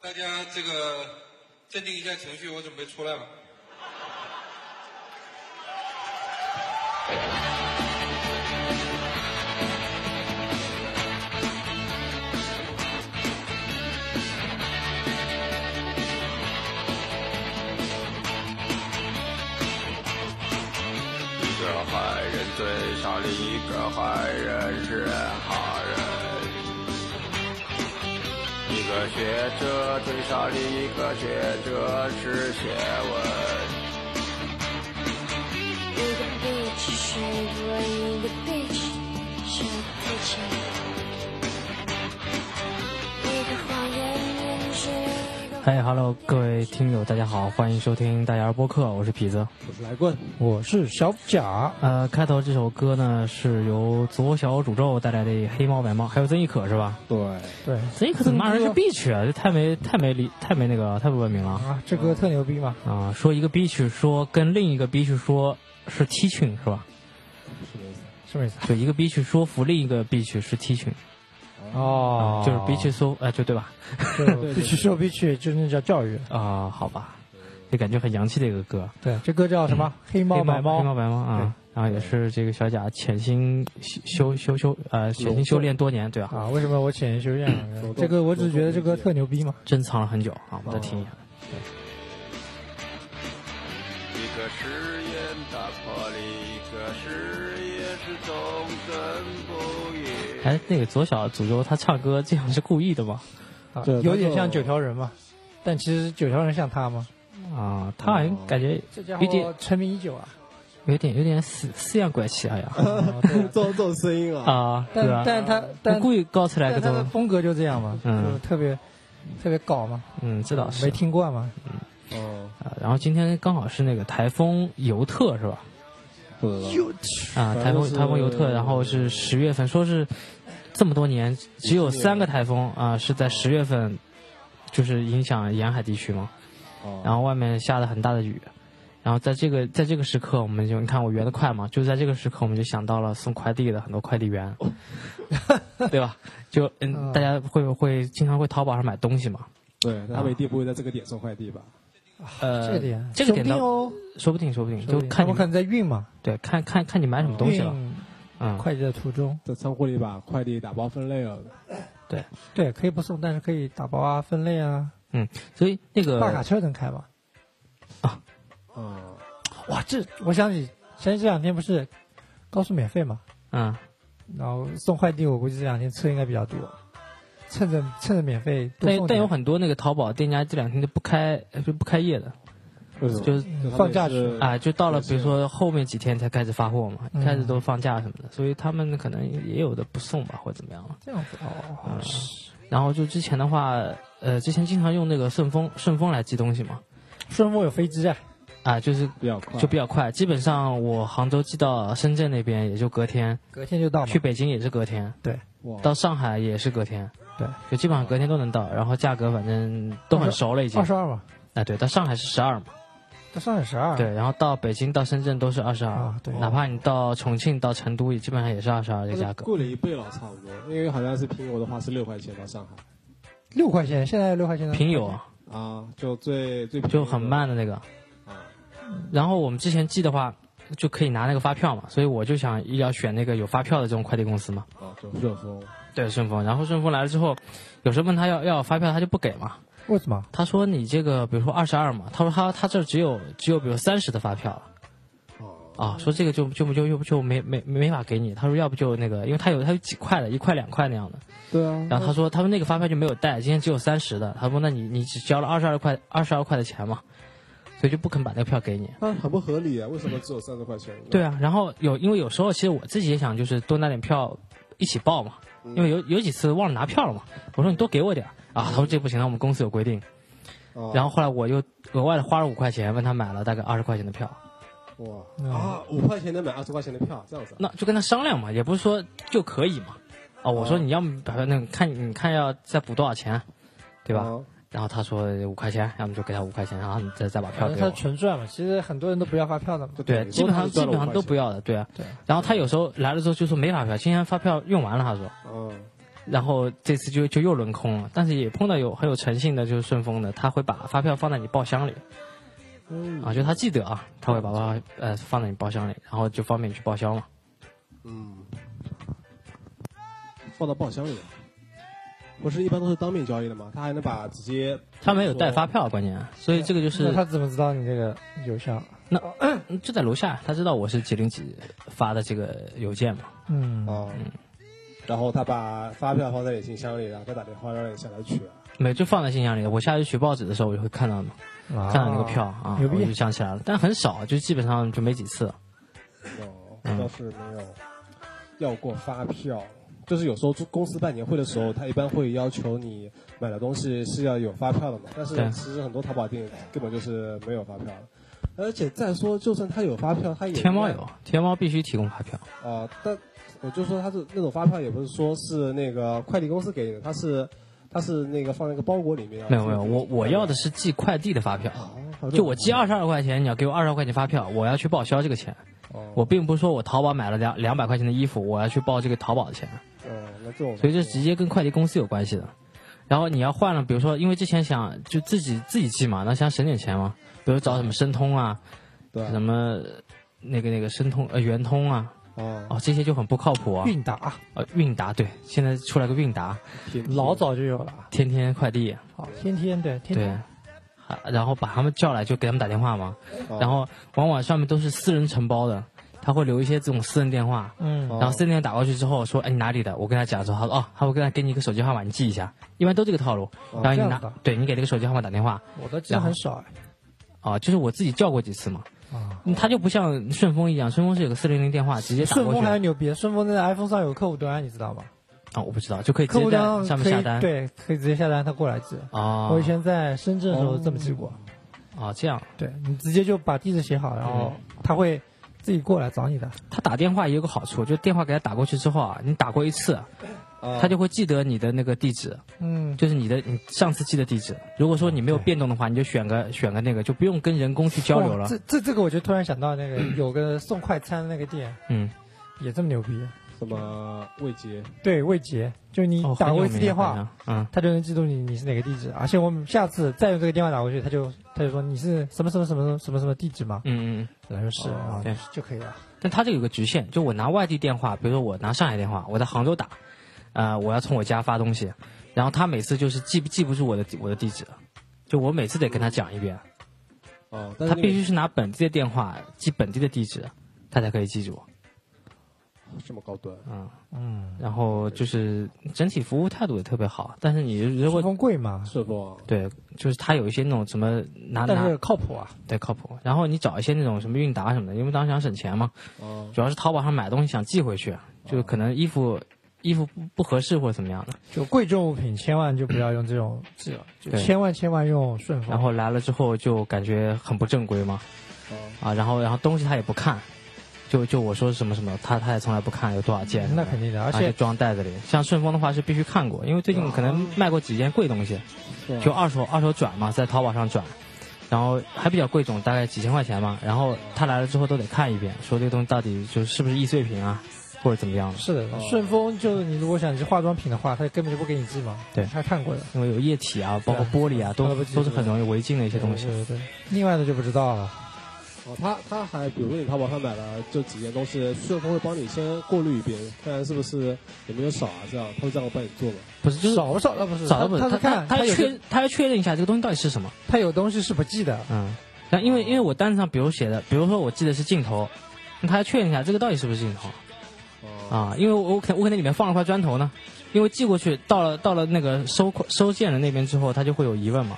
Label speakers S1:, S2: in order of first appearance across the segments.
S1: 大家这个镇定一下情绪，我准备出来了。
S2: 一个坏人最少的一个坏人是好人，一个学者最少的一个学者是学问，
S3: 一个 bitch，水果一个 bitch，是 bitch。一个谎言掩饰一个。
S4: 嗨、h e l l o 各位听友，大家好，欢迎收听大牙播客，我是痞子。
S5: 我是来棍，我是小贾。
S4: 呃，开头这首歌呢是由左小诅咒带来的《黑猫白猫》，还有曾轶可是吧？
S5: 对
S4: 对，曾轶可怎么骂人是 bitch 啊？这太没太没理太没那个太不文明了啊、
S5: 啊，这歌特牛逼嘛！
S4: 说一个 bitch 说跟另一个 bitch 说是 T 群是吧？
S5: 什么意思？
S4: 就一个 bitch 说服另一个 bitch 是 T 群，
S5: 哦
S4: 就是 bitch 说哎就对吧？
S5: 必须受必须，就是那叫教育。
S4: 啊、好吧，就感觉很洋气的一个歌。
S5: 对，这歌叫什么？黑猫白
S4: 嗯黑猫
S5: 猫。
S4: 白猫啊，然后也是这个小贾潜心修修修呃潜心修炼多年，对吧、
S5: 嗯啊，为什么我潜意识有这
S4: 嗯
S5: 样的？这个我只是觉得这歌特牛逼嘛。
S4: 珍藏了很久啊，
S5: 哦
S4: 我们再听一下。
S2: 一个实验打破了一个实验是忠贞不渝。
S4: 哎，那个左小诅咒他唱歌这样是故意的吗？
S5: 啊
S6: 对
S5: 有点像九条人嘛，但其实九条人像他吗？
S4: 啊，他好像感觉
S5: 这家
S4: 有点
S5: 伙沉迷已久啊。
S4: 有点有点死死样怪气，好像
S6: 这种这种声音啊，
S4: 啊， 对吧
S5: 但？但他但
S4: 故意搞出来
S5: 但
S4: 个
S5: 他的
S4: 东，
S5: 风格就这样嘛，
S4: 嗯
S5: 就是特别特别搞嘛，
S4: 嗯，这倒是
S5: 没。听惯嘛。
S6: 哦，
S4: 啊然后今天刚好是那个台风尤特是吧？
S6: 不知道，
S4: 啊，台
S6: 反正
S4: 风
S6: 是
S4: 台风尤特，然后是十月份，说是这么多年只有三个台风啊、是在十月份，就是影响沿海地区嘛。
S6: 哦
S4: 然后外面下了很大的雨，然后在这个在这个时刻，我们就你看我圆的快嘛，就在这个时刻，我们就想到了送快递的很多快递员，
S5: 哦
S4: 对吧？就嗯，
S5: 啊
S4: 大家会会经常会淘宝上买东西嘛。
S6: 对，但他们一定不会在这个点送快递吧？
S4: 呃，
S5: 啊这个点，
S4: 这个点
S5: 说
S4: 倒
S5: 不定哦，
S4: 说不定，说不定，
S5: 说
S4: 就
S5: 不定
S4: 看
S5: 他
S4: 你
S5: 们可能在运嘛，
S4: 对看看看你买什么东西了，
S5: 运
S4: 嗯，
S5: 快递的途中。
S6: 在仓库里把快递打包分类了，
S5: 对，可以不送，但是可以打包啊、分类啊。
S4: 所以那个
S5: 大卡车能开吗？
S6: 嗯，
S5: 哇，这我想起，想起这两天不是高速免费嘛，
S4: 嗯，
S5: 然后送快递，我估计这两天车应该比较多，趁着趁着免费多
S4: 但
S5: 送
S4: 但有
S5: 点。
S4: 很多那个淘宝店家这两天就不开呃就不开业的，
S6: 为什么？
S4: 就是
S5: 嗯放假去
S6: 去
S4: 啊、就到了比如说后面几天才开始发货嘛，一
S5: 嗯
S4: 开始都放假什么的，所以他们可能也有的不送吧，或者怎么样了。
S5: 这样子
S4: 嗯
S5: 哦，
S4: 然后就之前的话，呃，之前经常用那个顺丰顺丰来寄东西嘛，
S5: 顺丰有飞机啊，
S4: 啊、就是
S6: 比较
S5: 嗯
S6: 快，
S4: 就比较快，基本上我杭州寄到深圳那边也就隔天，
S5: 隔天就到嘛
S4: 去。北京也是隔天，
S6: 哇
S4: 到上海也是隔天，
S5: 嗯对，
S4: 就基本上隔天都能到，然后价格反正都很熟了已经
S5: 二。十二嘛，
S4: 哎，对，到上海是十二嘛，
S5: 到上海十二。
S4: 对，然后到北京、到深圳都是二十二
S5: 啊，对
S4: 哪怕你到重庆、到成都，也基本上也是二十二这个价格。
S6: 贵了一倍了，差不多，因为好像是苹果的话是六块钱到上海
S5: 六块钱，现在六块钱能
S4: 平邮啊
S6: 啊，就最最便宜
S4: 就很慢的那个，
S6: 啊，
S4: 然后我们之前寄的话，就可以拿那个发票嘛，所以我就想要选那个有发票的这种快递公司嘛。
S6: 啊，就顺丰，
S4: 对，顺丰。然后顺丰来了之后，有时候问他要要发票，他就不给嘛。
S5: 为什么？
S4: 他说你这个，比如说二十二嘛，他说他他这只有只有比如三十的发票了。啊，说这个就就就就就没没没法给你。他说要不就那个，因为他有他有几块的，一块两块那样的。
S6: 对啊，
S4: 然后他说他说那个发票就没有带，今天只有三十的。他说那你你只交了二十二块二十二块的钱嘛，所以就不肯把那个票给你。
S6: 那很不合理啊，为什么只有三十块钱？
S4: 对啊，然后有因为有时候其实我自己也想就是多拿点票一起报嘛，因为有有几次忘了拿票了嘛，我说你多给我点儿啊，他说这不行，我们公司有规定。
S6: 啊，
S4: 然后后来我又额外的花了五块钱，问他买了大概二十块钱的票，
S6: 哇
S5: 嗯
S6: 啊，五块钱能买二十块钱的票，这样子啊，
S4: 那就跟他商量嘛，也不是说就可以嘛。啊，我说
S6: 哦
S4: 你要么把那个看你看要再补多少钱，对吧？
S6: 啊？
S4: 然后他说五块钱，要么就给他五块钱，然后你再再把票
S5: 反
S4: 给
S5: 正
S4: 我
S5: 他。纯赚嘛，其实很多人都不要发票的嘛。
S6: 就
S4: 对，
S6: 等于
S4: 基本上
S6: 说
S4: 基
S6: 他
S4: 本上都不要的，对啊。
S5: 对
S4: 然后他有时候来了之后就说没发票，今天发票用完了，他说。
S6: 嗯，
S4: 然后这次就就又轮空了，但是也碰到有很有诚信的，就是顺丰的，他会把发票放在你包厢里，啊，就他记得啊，他会把发呃放在你包厢里，然后就方便你去报销嘛。
S6: 嗯，放到报箱里了。不是一般都是当面交易的吗？他还能把直接
S4: 他没有带发票，关键，啊所以这个就是
S5: 那他怎么知道你这个有效？
S4: 就在楼下，他知道我是几零几发的这个邮件嘛。
S5: 嗯，
S6: 哦，然后他把发票放在你信箱里，然后再打电话让你下来取。
S4: 没有，就放在信箱里。我下去取报纸的时候，我就会看到嘛，
S5: 啊
S4: 看到那个票啊，
S5: 牛逼
S4: 我就想起来了。但很少，就基本上就没几次。
S6: 哦，
S4: 嗯
S6: 我倒是没有要过发票，就是有时候公司办年会的时候，他一般会要求你买的东西是要有发票的嘛。但是
S4: 对
S6: 其实很多淘宝店根本就是没有发票的，而且再说，就算他有发票，他也
S4: 天猫
S6: 应该
S4: 有，天猫必须提供发票。
S6: 啊、但我就说他是那种发票，也不是说是那个快递公司给你的，他是他是那个放在一个包裹里面。
S4: 没有没有，我我要的是寄快递的发票，
S6: 啊，
S4: 就我寄二十二块钱，你要给我二十块钱发票，我要去报销这个钱。
S6: 哦
S4: 我并不是说我淘宝买了两两百块钱的衣服，我要去报这个淘宝的钱。
S6: 嗯，那这种
S4: 所以这直接跟快递公司有关系的。然后你要换了，比如说，因为之前想就自己自己寄嘛，那想省点钱嘛，比如找什么申通啊，
S6: 对
S4: 什么那个那个申通呃圆通啊，
S6: 啊，
S4: 哦这些就很不靠谱啊。
S5: 韵达
S4: 呃韵达对，现在出来个韵达，
S5: 嗯老早就有了，
S4: 天天快递
S5: 好，天天对天
S4: 对
S5: 天，，
S4: 啊然后把他们叫来就给他们打电话嘛，
S6: 哦
S4: 然后往往上面都是私人承包的，他会留一些这种私人电话，
S5: 嗯，
S6: 哦
S4: 然后私人电话打过去之后说：“哎，你哪里的？”我跟他讲之后，他说：“哦，他会跟他给你一个手机号码，你记一下。”一般都这个套路。然后你
S5: 这
S4: 拿
S5: 样子啊，
S4: 对你给这个手机号码打电话
S5: 我的记得很少哎，
S4: 啊，就是我自己叫过几次嘛。
S5: 啊，
S4: 嗯他就不像顺丰一样，顺丰是有个四零零电话直接打
S5: 顺
S4: 过
S5: 丰
S4: 去
S5: 还
S4: 啊、
S5: 牛逼，顺丰在 iPhone 上有客户端，你知道吗？
S4: 哦我不知道，就可以直
S5: 客
S4: 接
S5: 户
S4: 在
S5: 端
S4: 上面
S5: 可以
S4: 下单。
S5: 对，可以直接下单，他过来寄。
S4: 啊
S5: 我以前在深圳的时候这么寄过，
S4: 啊，这样
S5: 对你直接就把地址写好，然后他会自己过来找你的。
S4: 他打电话也有个好处，就电话给他打过去之后啊，你打过一次，他就会记得你的那个地址，
S5: 嗯，
S4: 就是你的你上次记的地址。如果说你没有
S5: 哦对
S4: 变动的话，你就选个选个那个，就不用跟人工去交流
S5: 哇
S4: 了
S5: 哦这。这这个我就突然想到那个有个送快餐那个店
S4: 嗯，
S5: 也这么牛逼，
S6: 什么未接，
S5: 对，魏杰，就你
S4: 哦
S5: 打
S4: 很有
S5: 过一次
S4: 名
S5: 电
S4: 好
S5: 话
S4: 像。嗯。
S5: 他就能记住你你是哪个地址，而且我们下次再用这个电话打过去，他就他就说你是什么什么什么什么什么地址吗？
S4: 嗯，嗯，
S5: 然后就是，啊然后
S4: 对
S5: 就可以了。
S4: 但它这个有个局限，就我拿外地电话，比如说我拿上海电话，我在杭州打，呃，我要从我家发东西，然后他每次就是记不记不住我的地我的地址，就我每次得跟他讲一遍，
S6: 哦，
S5: 嗯
S6: 但
S4: 他
S6: 是
S4: 必
S6: 那
S4: 须是拿本地的电话记本地的地址，他才可以记住。
S6: 个这么高端，
S4: 嗯，
S5: 嗯，
S4: 然后就是整体服务态度也特别好，但是你如
S5: 顺
S4: 果
S5: 丰贵嘛，
S6: 顺丰啊
S4: 对，就是他有一些那种什么拿
S5: 但
S4: 拿
S5: 是靠谱啊。
S4: 对靠谱，然后你找一些那种什么韵达什么的，因为当时想省钱嘛，
S6: 啊，
S4: 主要是淘宝上买东西想寄回去，啊就是
S5: 啊
S4: 可能衣服衣服不不合适或者怎么样的。
S5: 就贵重物品千万就不要用这种质量，啊就
S4: 对
S5: 千万千万用顺丰。
S4: 然后来了之后就感觉很不正规嘛，
S6: 哦
S4: 啊，然后然后东西他也不看，就就我说什么什么，他他也从来不看有多少件，
S5: 那肯定的，而
S4: 而
S5: 且啊
S4: 且啊装袋子里。像顺丰的话是必须看过，因为最近可能卖过几件贵东西，
S6: 是吧
S4: 就二手二手转嘛，在淘宝上转，然后还比较贵重，大概几千块钱嘛。然后他来了之后都得看一遍，说这个东西到底就是是不是易碎品啊，或者怎么样的，
S5: 是的，顺丰就是你如果想是化妆品的话，他根本就不给你寄嘛。
S4: 对
S5: 他看过的
S4: 因为有液体啊，包括玻璃啊，
S5: 对
S4: 都
S5: 他不记
S4: 都
S5: 得
S4: 是很容易违禁的一些东西。
S5: 对对对，另外的就不知道了。
S6: 哦，他他还比如说你淘宝上买了这几件东西，顺丰会帮你先过滤一遍，看是不是有没有少啊，这样他会这样帮你做嘛。
S4: 不是，就是
S5: 少不少？那不是，
S4: 找到本，
S5: 他是
S4: 他
S5: 看
S4: 他要
S5: 有
S4: 确他要确认一下这个东西到底是什么。
S5: 他有东西是不寄的，
S4: 嗯，那因为因为我单子上比如写的，比如说我记得是镜头，那他要确认一下这个到底是不是镜头
S6: 哦，
S4: 啊？因为我我可我可能里面放了块砖头呢，因为寄过去到了到了那个收收件人那边之后，他就会有疑问嘛。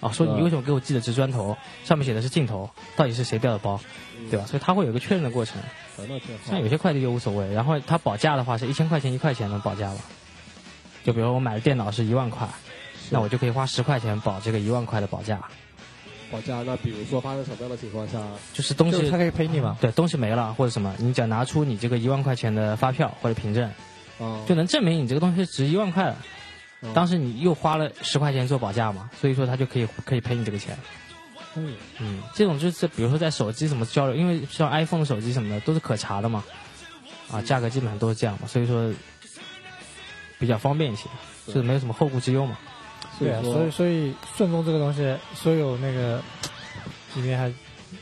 S4: 啊，说你
S6: 嗯
S4: 为什么给我寄的是砖头？上面写的是镜头，到底是谁掉的包，
S6: 嗯
S4: 对吧？？所以他会有一个确认的过程。
S5: 嗯
S6: 啊那挺好
S4: 像。有些快递就无所谓，然后他保价的话是一千块钱一块钱的保价吧。就比如我买的电脑是一万块，那我就可以花十块钱保这个一万块的保价，
S6: 保价，那比如说发生什么样的情况下，
S4: 就是东
S5: 就是
S4: 西
S5: 他可以赔你嘛。
S4: 对，东西没了或者什么，你只要拿出你这个一万块钱的发票或者凭证，
S5: 嗯
S6: 啊，
S4: 就能证明你这个东西值一万块了。
S6: 嗯
S4: 当时你又花了十块钱做保价嘛，所以说他就可以可以赔你这个钱。
S6: 嗯
S4: 嗯，这种就是比如说在手机什么交流，因为像 iPhone 手机什么的都是可查的嘛，啊，价格基本上都是这样嘛，所以说比较方便一些，
S6: 对
S4: 就是没有什么后顾之忧嘛。
S5: 对啊，所以所以顺丰这个东西，所有那个里面还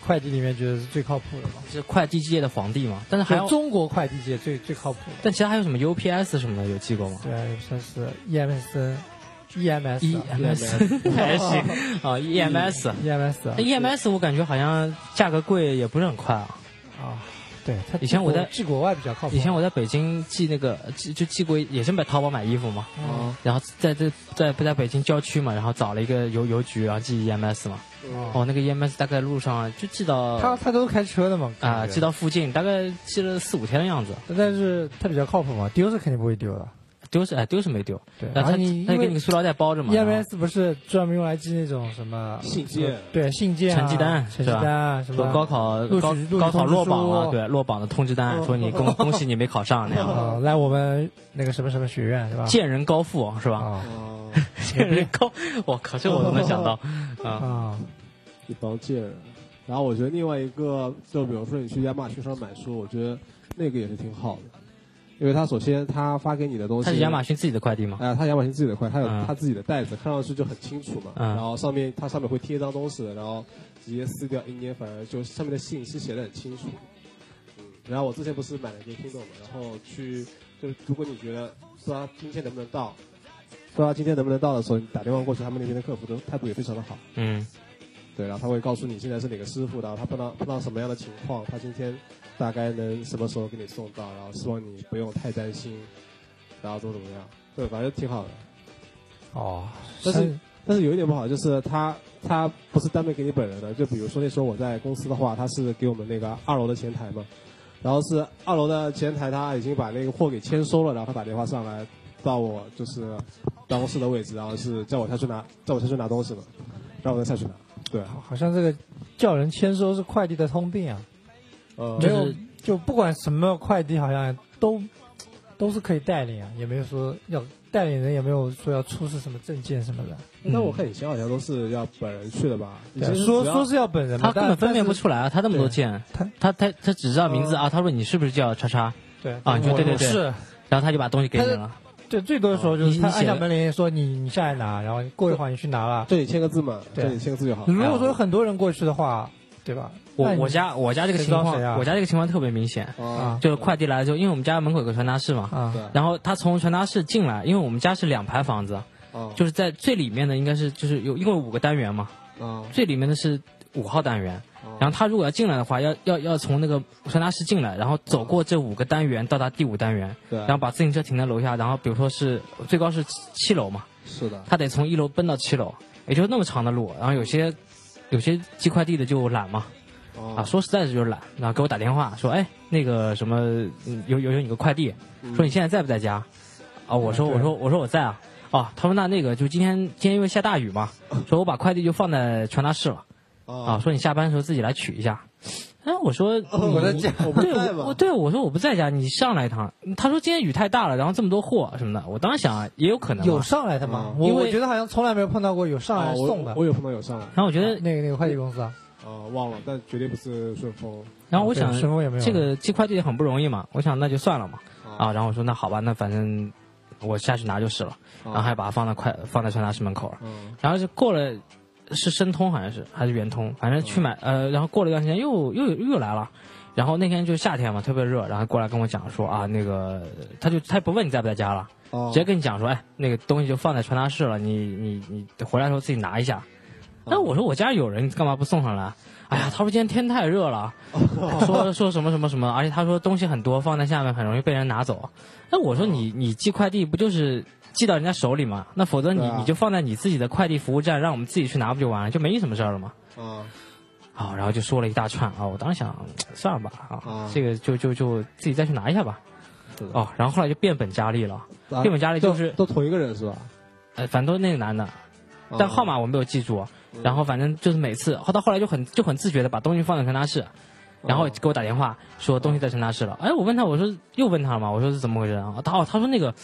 S5: 快递里面觉得是最靠谱的嘛，
S4: 是快递界的皇帝嘛，但是还
S5: 还有
S4: 有，
S5: 中国快递界最最靠谱的。
S4: 但其他还有什么 UPS 什么的有寄过吗？E
S5: 对啊，有像是 EMS、EMS 啊、
S4: EMS 还行啊，EMS。
S5: EMS ，E 啊
S4: 那 EMS 我感觉好像价格贵，也不是很快啊。
S5: 啊，对，它
S4: 以前我在
S5: 寄国外比较靠谱。
S4: 以前我在北京寄那个寄就寄过，也是买淘宝买衣服嘛，
S5: 嗯
S4: 然后在这在在北京郊区嘛，然后找了一个邮邮局，然后寄 EMS 嘛。哦，那个 EMS 大概路上就寄到
S5: 他
S4: 啊、
S5: 他都开车的嘛，感觉
S4: 寄到附近，大概寄了四五天的样子。
S5: 但是他比较靠谱嘛，丢是肯定不会丢的。
S4: 丢是哎丢是没丢，
S5: 对，
S4: 然
S5: 然
S4: 后
S5: 后
S4: 他
S5: 你
S4: 他
S5: 因
S4: 就给你
S5: 为
S4: 个塑料袋包着嘛。然后
S5: EMS ，E 不是专门用来寄那种什么
S6: 信件
S5: 对信件啊、
S4: 成绩单
S5: 成
S4: 是
S5: 绩
S4: 吧
S5: 单啊什
S4: 说
S5: 么
S4: 高考
S5: 录取
S4: 高
S5: 录取
S4: 高考
S5: 通知
S4: 落榜
S5: 书哦
S4: 了，对落榜的通知单，说你 恭恭喜你没考上那样。
S5: 啊，来我们那个什么什么学院是吧？
S4: 见人高富是吧？
S5: 啊
S6: 哦，
S4: 见人高，我靠，这我都能想 到啊！
S5: 啊，
S6: 一帮贱人。然后我觉得另外一个，就比如说你去亚马逊上买书，我觉得那个也是挺好的，因为它首先它发给你的东西，
S4: 他是亚马逊自己的快递吗？
S6: 哎，它亚马逊自己的快，它有
S4: 嗯
S6: 它自己的袋子，看上去就很清楚嘛。
S4: 嗯
S6: 然后上面它上面会贴一张东西的，然后直接撕掉一捏，反而就上面的信息写的很清楚。嗯，然后我之前不是买了一个 Kindle 嘛，然后去就是如果你觉得不知道今天能不能到，不知道今天能不能到的时候，你打电话过去，他们那边的客服都态度也非常的好。
S4: 嗯，
S6: 对，然后他会告诉你现在是哪个师傅，然后他碰到碰到什么样的情况，他今天大概能什么时候给你送到，然后希望你不用太担心，然后怎么怎么样，对，反正挺好的。
S5: 哦，
S6: 但是但是有一点不好，就是他他不是单面给你本人的，就比如说那时候我在公司的话，他是给我们那个二楼的前台嘛，然后是二楼的前台他已经把那个货给签收了，然后他打电话上来到我就是办公室的位置，然后是叫我下去拿叫我下去拿东西嘛，然后我再下去拿，对，
S5: 好好像这个叫人签收是快递的通病啊，
S6: 呃，
S5: 没有就不管什么快递，好像都都是可以代理啊，也没有说要代理人也没有说要出示什么证件什么的。
S6: 那我看以前好像都是要本人去的吧？以前是
S5: 说
S6: 只要
S5: 说是要本人嘛，
S4: 他根本
S5: 但
S4: 分辨不。出来啊，他那么多件，
S5: 他呃
S4: 他他他只知道名字啊，他说你是不是叫叉叉，
S5: 但是对
S4: 啊你说
S5: 我
S4: 对对
S5: 我
S4: 对
S5: 是
S4: 然后他就把东西给你了。
S5: 对，最多的时候就
S4: 哦你
S5: 是他
S4: 你写
S5: 按下
S4: 的
S5: 门铃说你你下来拿，然后过一会儿你去拿了。
S6: 这里签个字嘛，
S5: 对
S6: 这里签个字就好。哦
S5: 如果说有很多人过去的话，对吧？
S4: 我
S5: 那哎你
S4: 我家我家这个
S5: 谁
S4: 情
S5: 知道
S4: 况
S5: 谁啊，哦
S4: 我家这个情况特别明显，
S6: 啊，
S4: 就是快递来了之后，因为我们家门口有个传达室嘛，
S5: 啊
S6: 对
S4: 然后他从传达室进来，因为我们家是两排房子，
S6: 啊
S4: 就是在最里面的应该是就是有，因为五个单元嘛，
S6: 啊，
S4: 最里面的是五号单元。
S5: 哦
S4: 然后他如果要进来的话，要要要从那个传达室进来，然后走过这五个单元到达第五单元，
S6: 对，
S4: 然后把自行车停在楼下，然后比如说是最高是七七楼嘛，
S6: 是的，
S4: 他得从一楼奔到七楼，也就那么长的路。然后有些有些寄快递的就懒嘛，啊，
S6: 啊，
S4: 说实在的就是懒，然后给我打电话说，哎，那个什么，嗯有有有你个快递，
S6: 嗯
S4: 说你现在在不在家？啊，我说
S5: 对
S4: 我说我说我在啊。哦，他说那那个就今天今天因为下大雨嘛，
S6: 嗯
S4: 说我把快递就放在传达室了啊，
S6: 啊，
S4: 说你下班的时候自己来取一下。哎，我说
S6: 哦
S4: 你
S6: 我在家我不
S4: 对，
S6: 在
S4: 我
S6: 嘛
S4: 我对我说我不在家，你上来一趟。他说今天雨太大了，然后这么多货什么的，我当时想啊也有可能嘛
S5: 有上来的吗？
S6: 嗯
S5: 我
S4: 因为
S5: 我觉得好像从来没有碰到过有上
S6: 啊
S5: 来
S6: 我
S5: 送的。
S6: 我有朋友有上来，
S4: 然后我觉得，
S5: 那个那个快递公司啊，
S6: 啊，忘了，但绝对不是顺丰
S4: 然后我想
S5: 对顺丰也没有哦
S4: 这个寄快递也很不容易嘛，我想那就算了嘛啊，
S6: 啊，
S4: 然后我说那好吧，那反正我下去拿就是了，
S5: 哦
S4: 然啊后还把它放在快放在传达室门口了。
S6: 啊嗯
S4: 然后就过了，是申通好像是还是圆通，反正去
S5: 哦
S4: 买呃，然后过了一段时间又又又来了，然后那天就夏天嘛，特别热，然后过来跟我讲说啊，那个他就他也不问你在不在家了，
S6: 啊
S4: 直接跟你讲说，哎，那个东西就放在传达室了，你你你回来的时候自己拿一下。
S6: 哦
S4: 那我说我家有人，你干嘛不送上来？哎呀，他说今天天太热了，
S6: 哦
S4: 说说什么什么什么，而且他说东西很多，放在下面很容易被人拿走。那我
S6: 哦
S4: 说你你寄快递不就是寄到人家手里嘛？那否则你、
S6: 对啊
S4: 你就放在你自己的快递服务站，让我们自己去拿不就完了，就没什么事儿了嘛。
S6: 啊
S4: 啊、然后就说了一大串啊、我当时想算了吧啊，
S6: 啊
S4: 这个就就就自己再去拿一下吧
S6: 是的。
S4: 哦，然后后来就变本加厉了，
S6: 啊
S4: 变本加厉就是
S6: 都都同一个人是吧？
S4: 呃，反正都是那个男的，
S6: 啊
S4: 但号码我没有记住。然后反正就是每次，后到后来就很就很自觉的把东西放在传达室，然后给我打电话说东西在传达室了。哎，我问他，我说又问他了嘛，我说是怎么回事啊？他哦，他说那个，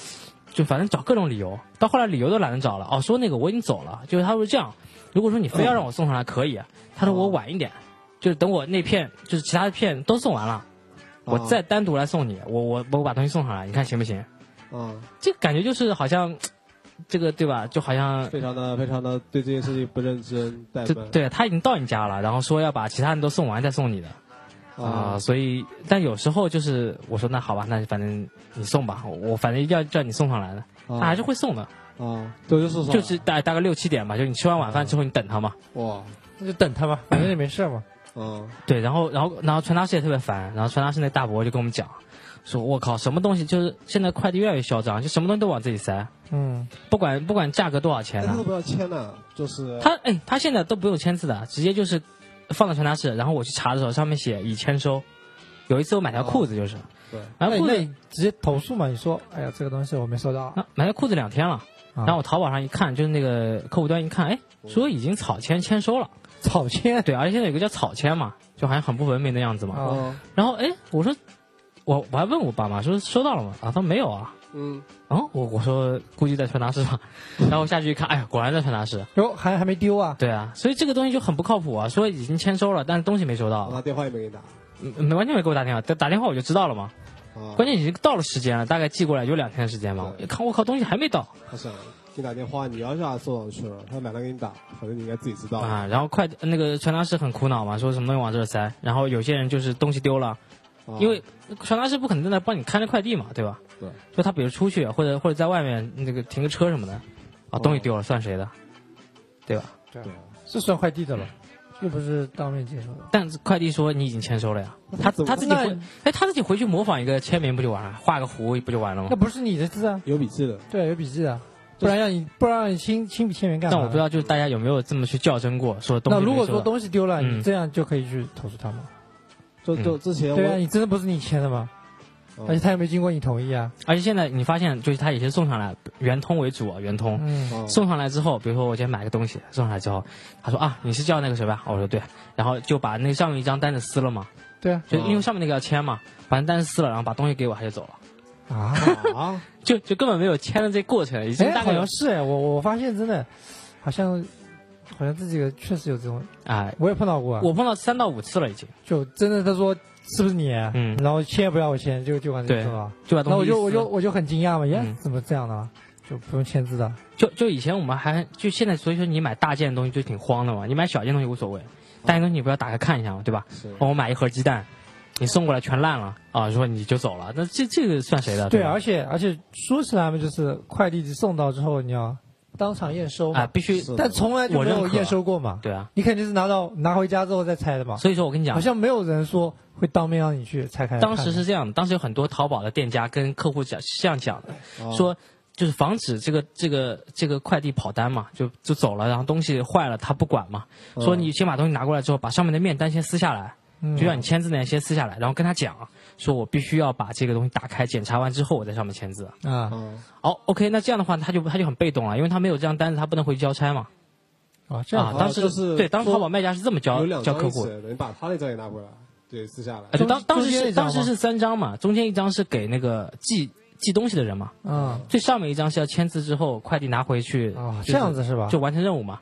S4: 就反正找各种理由，到后来理由都懒得找了。哦，说那个我已经走了，就是他说这样，如果说你非要让我送上来可以，啊他说我晚一点，就是等我那片就是其他的片都送完了，我再单独来送你，我我我把东西送上来，你看行不行？
S6: 嗯，
S4: 这个感觉就是好像，这个对吧？就好像
S6: 非常的非常的对这件事情不认真，怠
S4: 这
S6: 慢
S4: 对他已经到你家了，然后说要把其他人都送完再送你的啊、
S6: 啊，
S4: 所以但有时候就是我说那好吧，那反正你送吧，我我反正要叫你送上来的，
S6: 哦
S4: 他还是会送的，
S6: 啊，这就是说
S4: 就是大大概六七点吧，就你吃完晚饭之后你等他嘛，
S6: 哇，
S5: 那就等他吧，反正也没事嘛。
S6: 嗯
S4: 对，然后然后然后传达室也特别烦，然后传达室那大伯就跟我们讲，说我靠什么东西就是现在快递越来越嚣张，就什么东西都往自己塞，
S5: 嗯，
S4: 不管不管价格多少
S6: 哎
S4: 钱
S6: 他都
S4: 呢，
S6: 不要签呢，就是
S4: 他哎 他现在都不用签字的，直接就是放到传达室，然后我去查的时候上面写已签收，有一次我买条裤子就是，
S6: 对
S4: 买
S5: 那
S4: 条
S5: 你
S4: 裤
S5: 那
S4: 子
S5: 你直接投诉嘛？你说，哎呀，这个东西我没收到，
S4: 啊买条裤子两天了，
S5: 啊
S4: 然后我淘宝上一看，就是那个客户端一看，哎说已经草签签收了，
S5: 草签，
S4: 对，而且现在有个叫草签嘛，就好像很不文明的样子嘛，
S5: 啊，
S4: 然后哎，我说我我还问我爸妈说收到了吗？啊，他说没有啊。
S6: 嗯
S4: 哦，我我说估计在传达室吧，然后我下去一看，哎呀，果然在传达室。
S5: 哟，还还没丢啊？
S4: 对啊，所以这个东西就很不靠谱啊。说已经签收了，但是东西没收
S6: 啊，
S4: 到，
S6: 他电话也没给你打
S4: 嗯没完全没给我打电话，打打电话我就知道了嘛。
S6: 啊，
S4: 关键已经到了时间了，大概寄过来有两天的时间嘛。我一看我靠，东西还没到
S6: 他想给你打电话，你要叫他送上去了，他懒得给你打，反正你应该自己知道
S4: 啊。然后快那个传达室很苦恼嘛，说什么东西往这儿塞。然后有些人就是东西丢了，
S6: 啊
S4: 因为传达室不可能在那帮你看着快递嘛，对吧？
S6: 对。
S4: 就他比如出去或者或者在外面那个停个车什么的，啊，
S6: 哦
S4: 东西丢了算谁的？对吧？
S6: 对，
S5: 是算快递的了，又不是当面接收的。
S4: 但是快递说你已经签收了呀，他
S6: 怎么
S4: 他自己回，哎，他自己回去模仿一个签名不就完了，画个弧不就完 了吗
S5: 那？不是你的字啊，
S6: 有笔记的，
S5: 对啊，有笔记的，不然让你不然让你亲亲笔签名干嘛？
S4: 但我不知。道，就是大家有没有这么去较真过，说东
S5: 那
S4: 西
S5: 如果
S4: 没收
S5: 说
S4: 到
S5: 东西丢了，
S4: 嗯
S5: 你这样就可以去投诉他吗？
S6: 就就之前
S5: 对啊，
S6: 我
S5: 你真的不是你签的吗？
S6: 嗯
S5: 而且他也没经过你同意啊。
S4: 而且现在你发现，就是他也是送上来，圆通为主啊，圆通。
S5: 嗯，
S6: 啊
S4: 送上来之后，比如说我今天买个东西送上来之后，他说啊，你是叫那个谁吧？我说对，然后就把那上面一张单子撕了嘛，
S5: 对啊。
S4: 就
S6: 哦
S4: 因为上面那个要签嘛，把那单子撕了，然后把东西给我，他就走了，
S5: 啊，
S6: 啊，
S4: 就就根本没有签的这过程，已经
S5: 哎，
S4: 大
S5: 好
S4: 概有
S5: 像是哎，我我发现真的，好像好像这几个确实有这种，
S4: 哎，
S5: 我也碰到过啊。
S4: 我碰到三到五次了已经，
S5: 就真的他说是不是你？
S4: 嗯
S5: 然后签也不让我签，就就往这
S4: 对
S5: 走了。
S4: 就把
S5: 那
S4: 东
S5: 我
S4: 西一撕
S5: 就我就我就很惊讶嘛，耶
S4: 嗯，啊
S5: 怎么这样的啊？就不用签字的。
S4: 就就以前我们还就现在，所以说你买大件的东西就挺慌的嘛，你买小件东西无所谓，大件东西你不要打开看一下嘛，对吧？
S6: 是
S4: 哦，我买一盒鸡蛋，你送过来全烂了啊，说你就走了，那这这个算谁的？
S5: 对，
S4: 吧
S5: 而且而且说起来嘛，就是快递送到之后，你要当场验收
S4: 啊
S5: 嘛，
S4: 必须
S6: 是
S5: 但从来就
S4: 我
S5: 没
S4: 认可
S5: 有验收过嘛。
S4: 对啊，
S5: 你肯定是拿到拿回家之后再拆的嘛，
S4: 所以说我跟你讲
S5: 好，像没有人说会当面让你去拆哎开来看
S4: 当
S5: 的。
S4: 时是这样的，当时有很多淘宝的店家跟客户讲是这样讲的，说就是防止这个这个这个快递跑单嘛，就就走了，然后东西坏了他不管嘛，说你先把东西拿过来之后，把上面的面单先撕下来，
S5: 嗯
S4: 就让你签字那样先撕下来，然后跟他讲，说我必须要把这个东西打开，检查完之后我在上面签字。
S5: 啊
S6: 啊
S4: 哦，OK，那这样的话他就他就很被动了，因为他没有这张单子，他不能回去交差嘛。
S5: 啊这
S4: 啊
S5: 样，
S6: 好
S4: 当时
S6: 就是
S4: 对，当时
S6: 说
S4: 淘宝卖家是这么教
S6: 有两
S4: 教
S6: 张
S4: 客
S6: 一
S4: 户
S6: 起，的，你把他那张也拿过来，对，撕下来
S4: 呃，对
S5: 中
S4: 当当时
S5: 中间
S4: 是
S5: 一张
S4: 当
S5: 吗
S4: 时是三张嘛，中间一张是给那个寄寄东西的人嘛，
S5: 啊
S4: 最上面一张是要签字之后快递拿回去，
S5: 啊
S4: 就是
S5: 这样子是吧？
S4: 就完成任务嘛。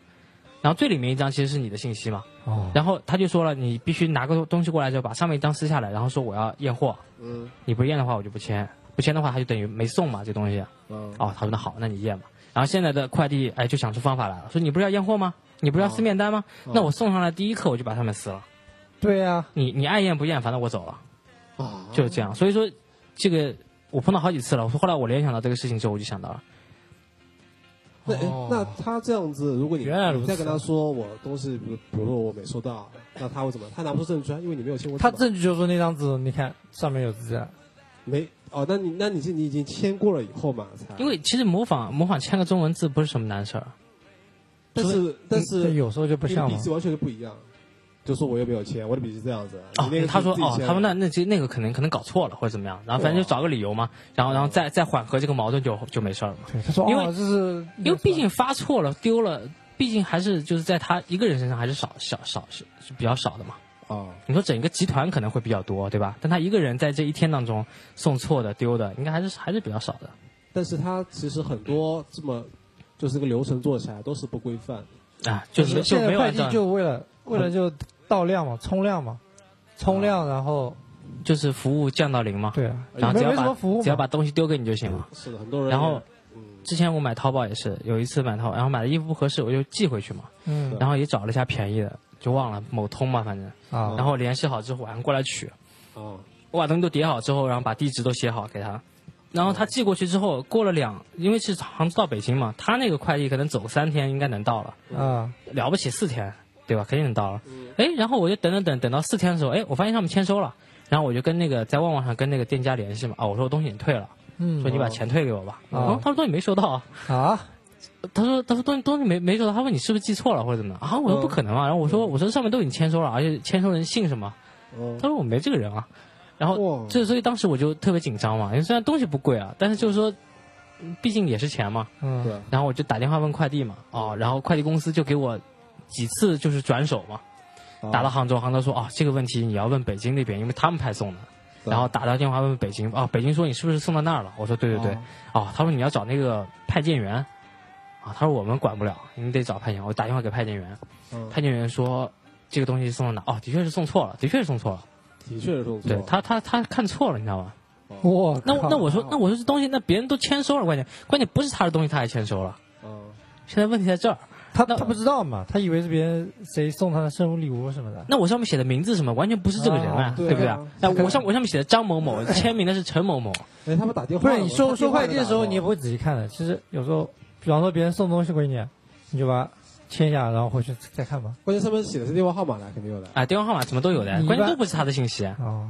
S4: 然后最里面一张其实是你的信息嘛，
S5: 哦
S4: 然后他就说了，你必须拿个东西过来之后把上面一张撕下来，然后说我要验货，
S6: 嗯
S4: 你不验的话我就不签，不签的话他就等于没送嘛这东西。
S6: 嗯
S4: 哦，他说那好，那你验吧。然后现在的快递哎就想出方法来了，说你不是要验货吗？你不是要
S5: 哦
S4: 撕面单吗？那我送上来第一刻我就把上面撕了，
S5: 对呀，
S4: 你你爱验不验，反正我走了。
S6: 啊，
S4: 就是这样。所以说，这个我碰到好几次了。我说后来我联想到这个事情之后，我就想到了，
S6: 那哎
S5: 哦
S6: 那他这样子，如果你
S5: 原来如此
S6: 你再跟他说我东西，比如比如说我没收到，那他会怎么？他拿不出证据啊，因为你没有签过字
S5: 他
S6: 嘛。
S5: 证据就是说那张纸，你看上面有字啊，
S6: 没哦，那你那你是你已经签过了以后嘛？才
S4: 因为其实模仿模仿签个中文字不是什么难事儿。
S6: 但是但是
S4: 嗯
S5: 对有时候就不
S6: 你的
S5: 像
S6: 笔
S5: 嘛
S6: 记。完全就不一样，就说我又没有签，我的笔记是这样子。
S4: 哦
S6: 你那个，
S4: 他说
S6: 是自己
S4: 哦
S6: 签，的
S4: 他说那那这那个可能可能搞错了或者怎么样，然后反正就找个理由嘛，然后然后再再缓和这个矛盾就就没事儿了嘛。
S5: 对，他说
S4: 因为
S5: 哦，这是
S4: 因为毕竟发错了丢了，毕竟还是就是在他一个人身上还是少少少是是比较少的嘛。
S6: 哦
S4: 你说整个集团可能会比较多，对吧？但他一个人在这一天当中送错的丢的，应该还是还是比较少的。
S6: 但是他其实很多这么就是这个流程做起来都是不规范。
S4: 啊，就是就
S5: 现
S4: 没
S5: 在
S4: 有
S5: 快
S4: 按照嗯
S5: 递就为了为了就到量嘛，冲量嘛，冲量，然后
S4: 就是服务降到零嘛，
S5: 对啊，
S4: 嗯然后
S5: 没
S4: 只
S5: 没
S4: 要
S5: 什么
S4: 把
S5: 服务
S4: 只要
S5: 嘛
S4: 把东西丢给你就行了。
S6: 是的，很多人也。
S4: 嗯然后
S6: 嗯，
S4: 之前我买淘宝也是，有一次买淘，然后买的衣服不合适，我就寄回去嘛，
S5: 嗯
S4: 然后也找了一下便宜的，就忘了某通嘛，反正，
S5: 啊
S4: 嗯然后联系好之后晚上过来取，
S6: 哦，
S4: 我把东西都叠好之后，然后把地址都写好给他，然
S5: 嗯
S4: 后他寄过去之后，过了两，因为是杭州到北京嘛，他那个快递可能走三天应该能到了，
S5: 啊
S4: 了不起四天，对吧？肯定能到了。
S5: 嗯
S4: 哎，然后我就等等等等到四天的时候，哎，我发现他们签收了，然后我就跟那个在旺旺上跟那个店家联系嘛，啊，我说我东西已经退了，
S5: 嗯
S4: 说你把钱退给我吧。
S5: 哦
S4: 然后他说东西没收到啊，
S5: 啊
S4: 他说他说东西东西没没收到，他问你是不是记错了或者怎么的啊？我说不可能啊，然后我说我说上面都已经签收了，而且签收人姓什么？
S6: 哦
S4: 他说我没这个人啊。然后
S6: 哇
S4: 就所以当时我就特别紧张嘛，因为虽然东西不贵啊，但是就是说，嗯毕竟也是钱嘛。
S5: 嗯
S6: 对，
S4: 然后我就打电话问快递嘛，哦，然后快递公司就给我几次就是转手嘛，
S6: 啊
S4: 打到杭州，杭州说哦这个问题你要问北京那边，因为他们派送的。
S6: 对
S4: 然后打到电话问北京，哦，北京说你是不是送到那儿了？我说对对对，
S6: 啊
S4: 哦，他说你要找那个派件员，啊，他说我们管不了，你得找派件员。我打电话给派件员，
S6: 嗯
S4: 派件员说哦这个东西送到哪？哦，的确是送错了，的确是送错了，
S6: 的确是送错。
S4: 对他他他看错了，你知道 吗？
S5: 我
S4: 那我
S5: 靠
S4: 那我说那我说这东西，那别人都签收了，关键关键不是他的东西，他还签收了，
S6: 嗯，
S4: 现在问题在这儿。
S5: 他
S4: 那
S5: 他不知道嘛，他以为是别人谁送他的生日礼物什么的
S4: 那我上面写的名字什么，完全不是这个人啊
S5: 啊，
S6: 对啊
S4: 对不对啊？那我上我上面写的张某某，签名的是陈某某，
S6: 哎，他们打电话
S5: 不
S6: 了
S5: 是你收收快递的时候，你也不
S6: 不
S5: 会仔细看的。其实有时候，比方说别人送东西给你，你就把它签一下，然后回去再看吧。
S6: 关键上面写的是电话号码呢，肯定有的。
S4: 啊，电话号码什么都有的
S5: 你，一般
S4: 关键都不是他的信息啊，
S5: 哦，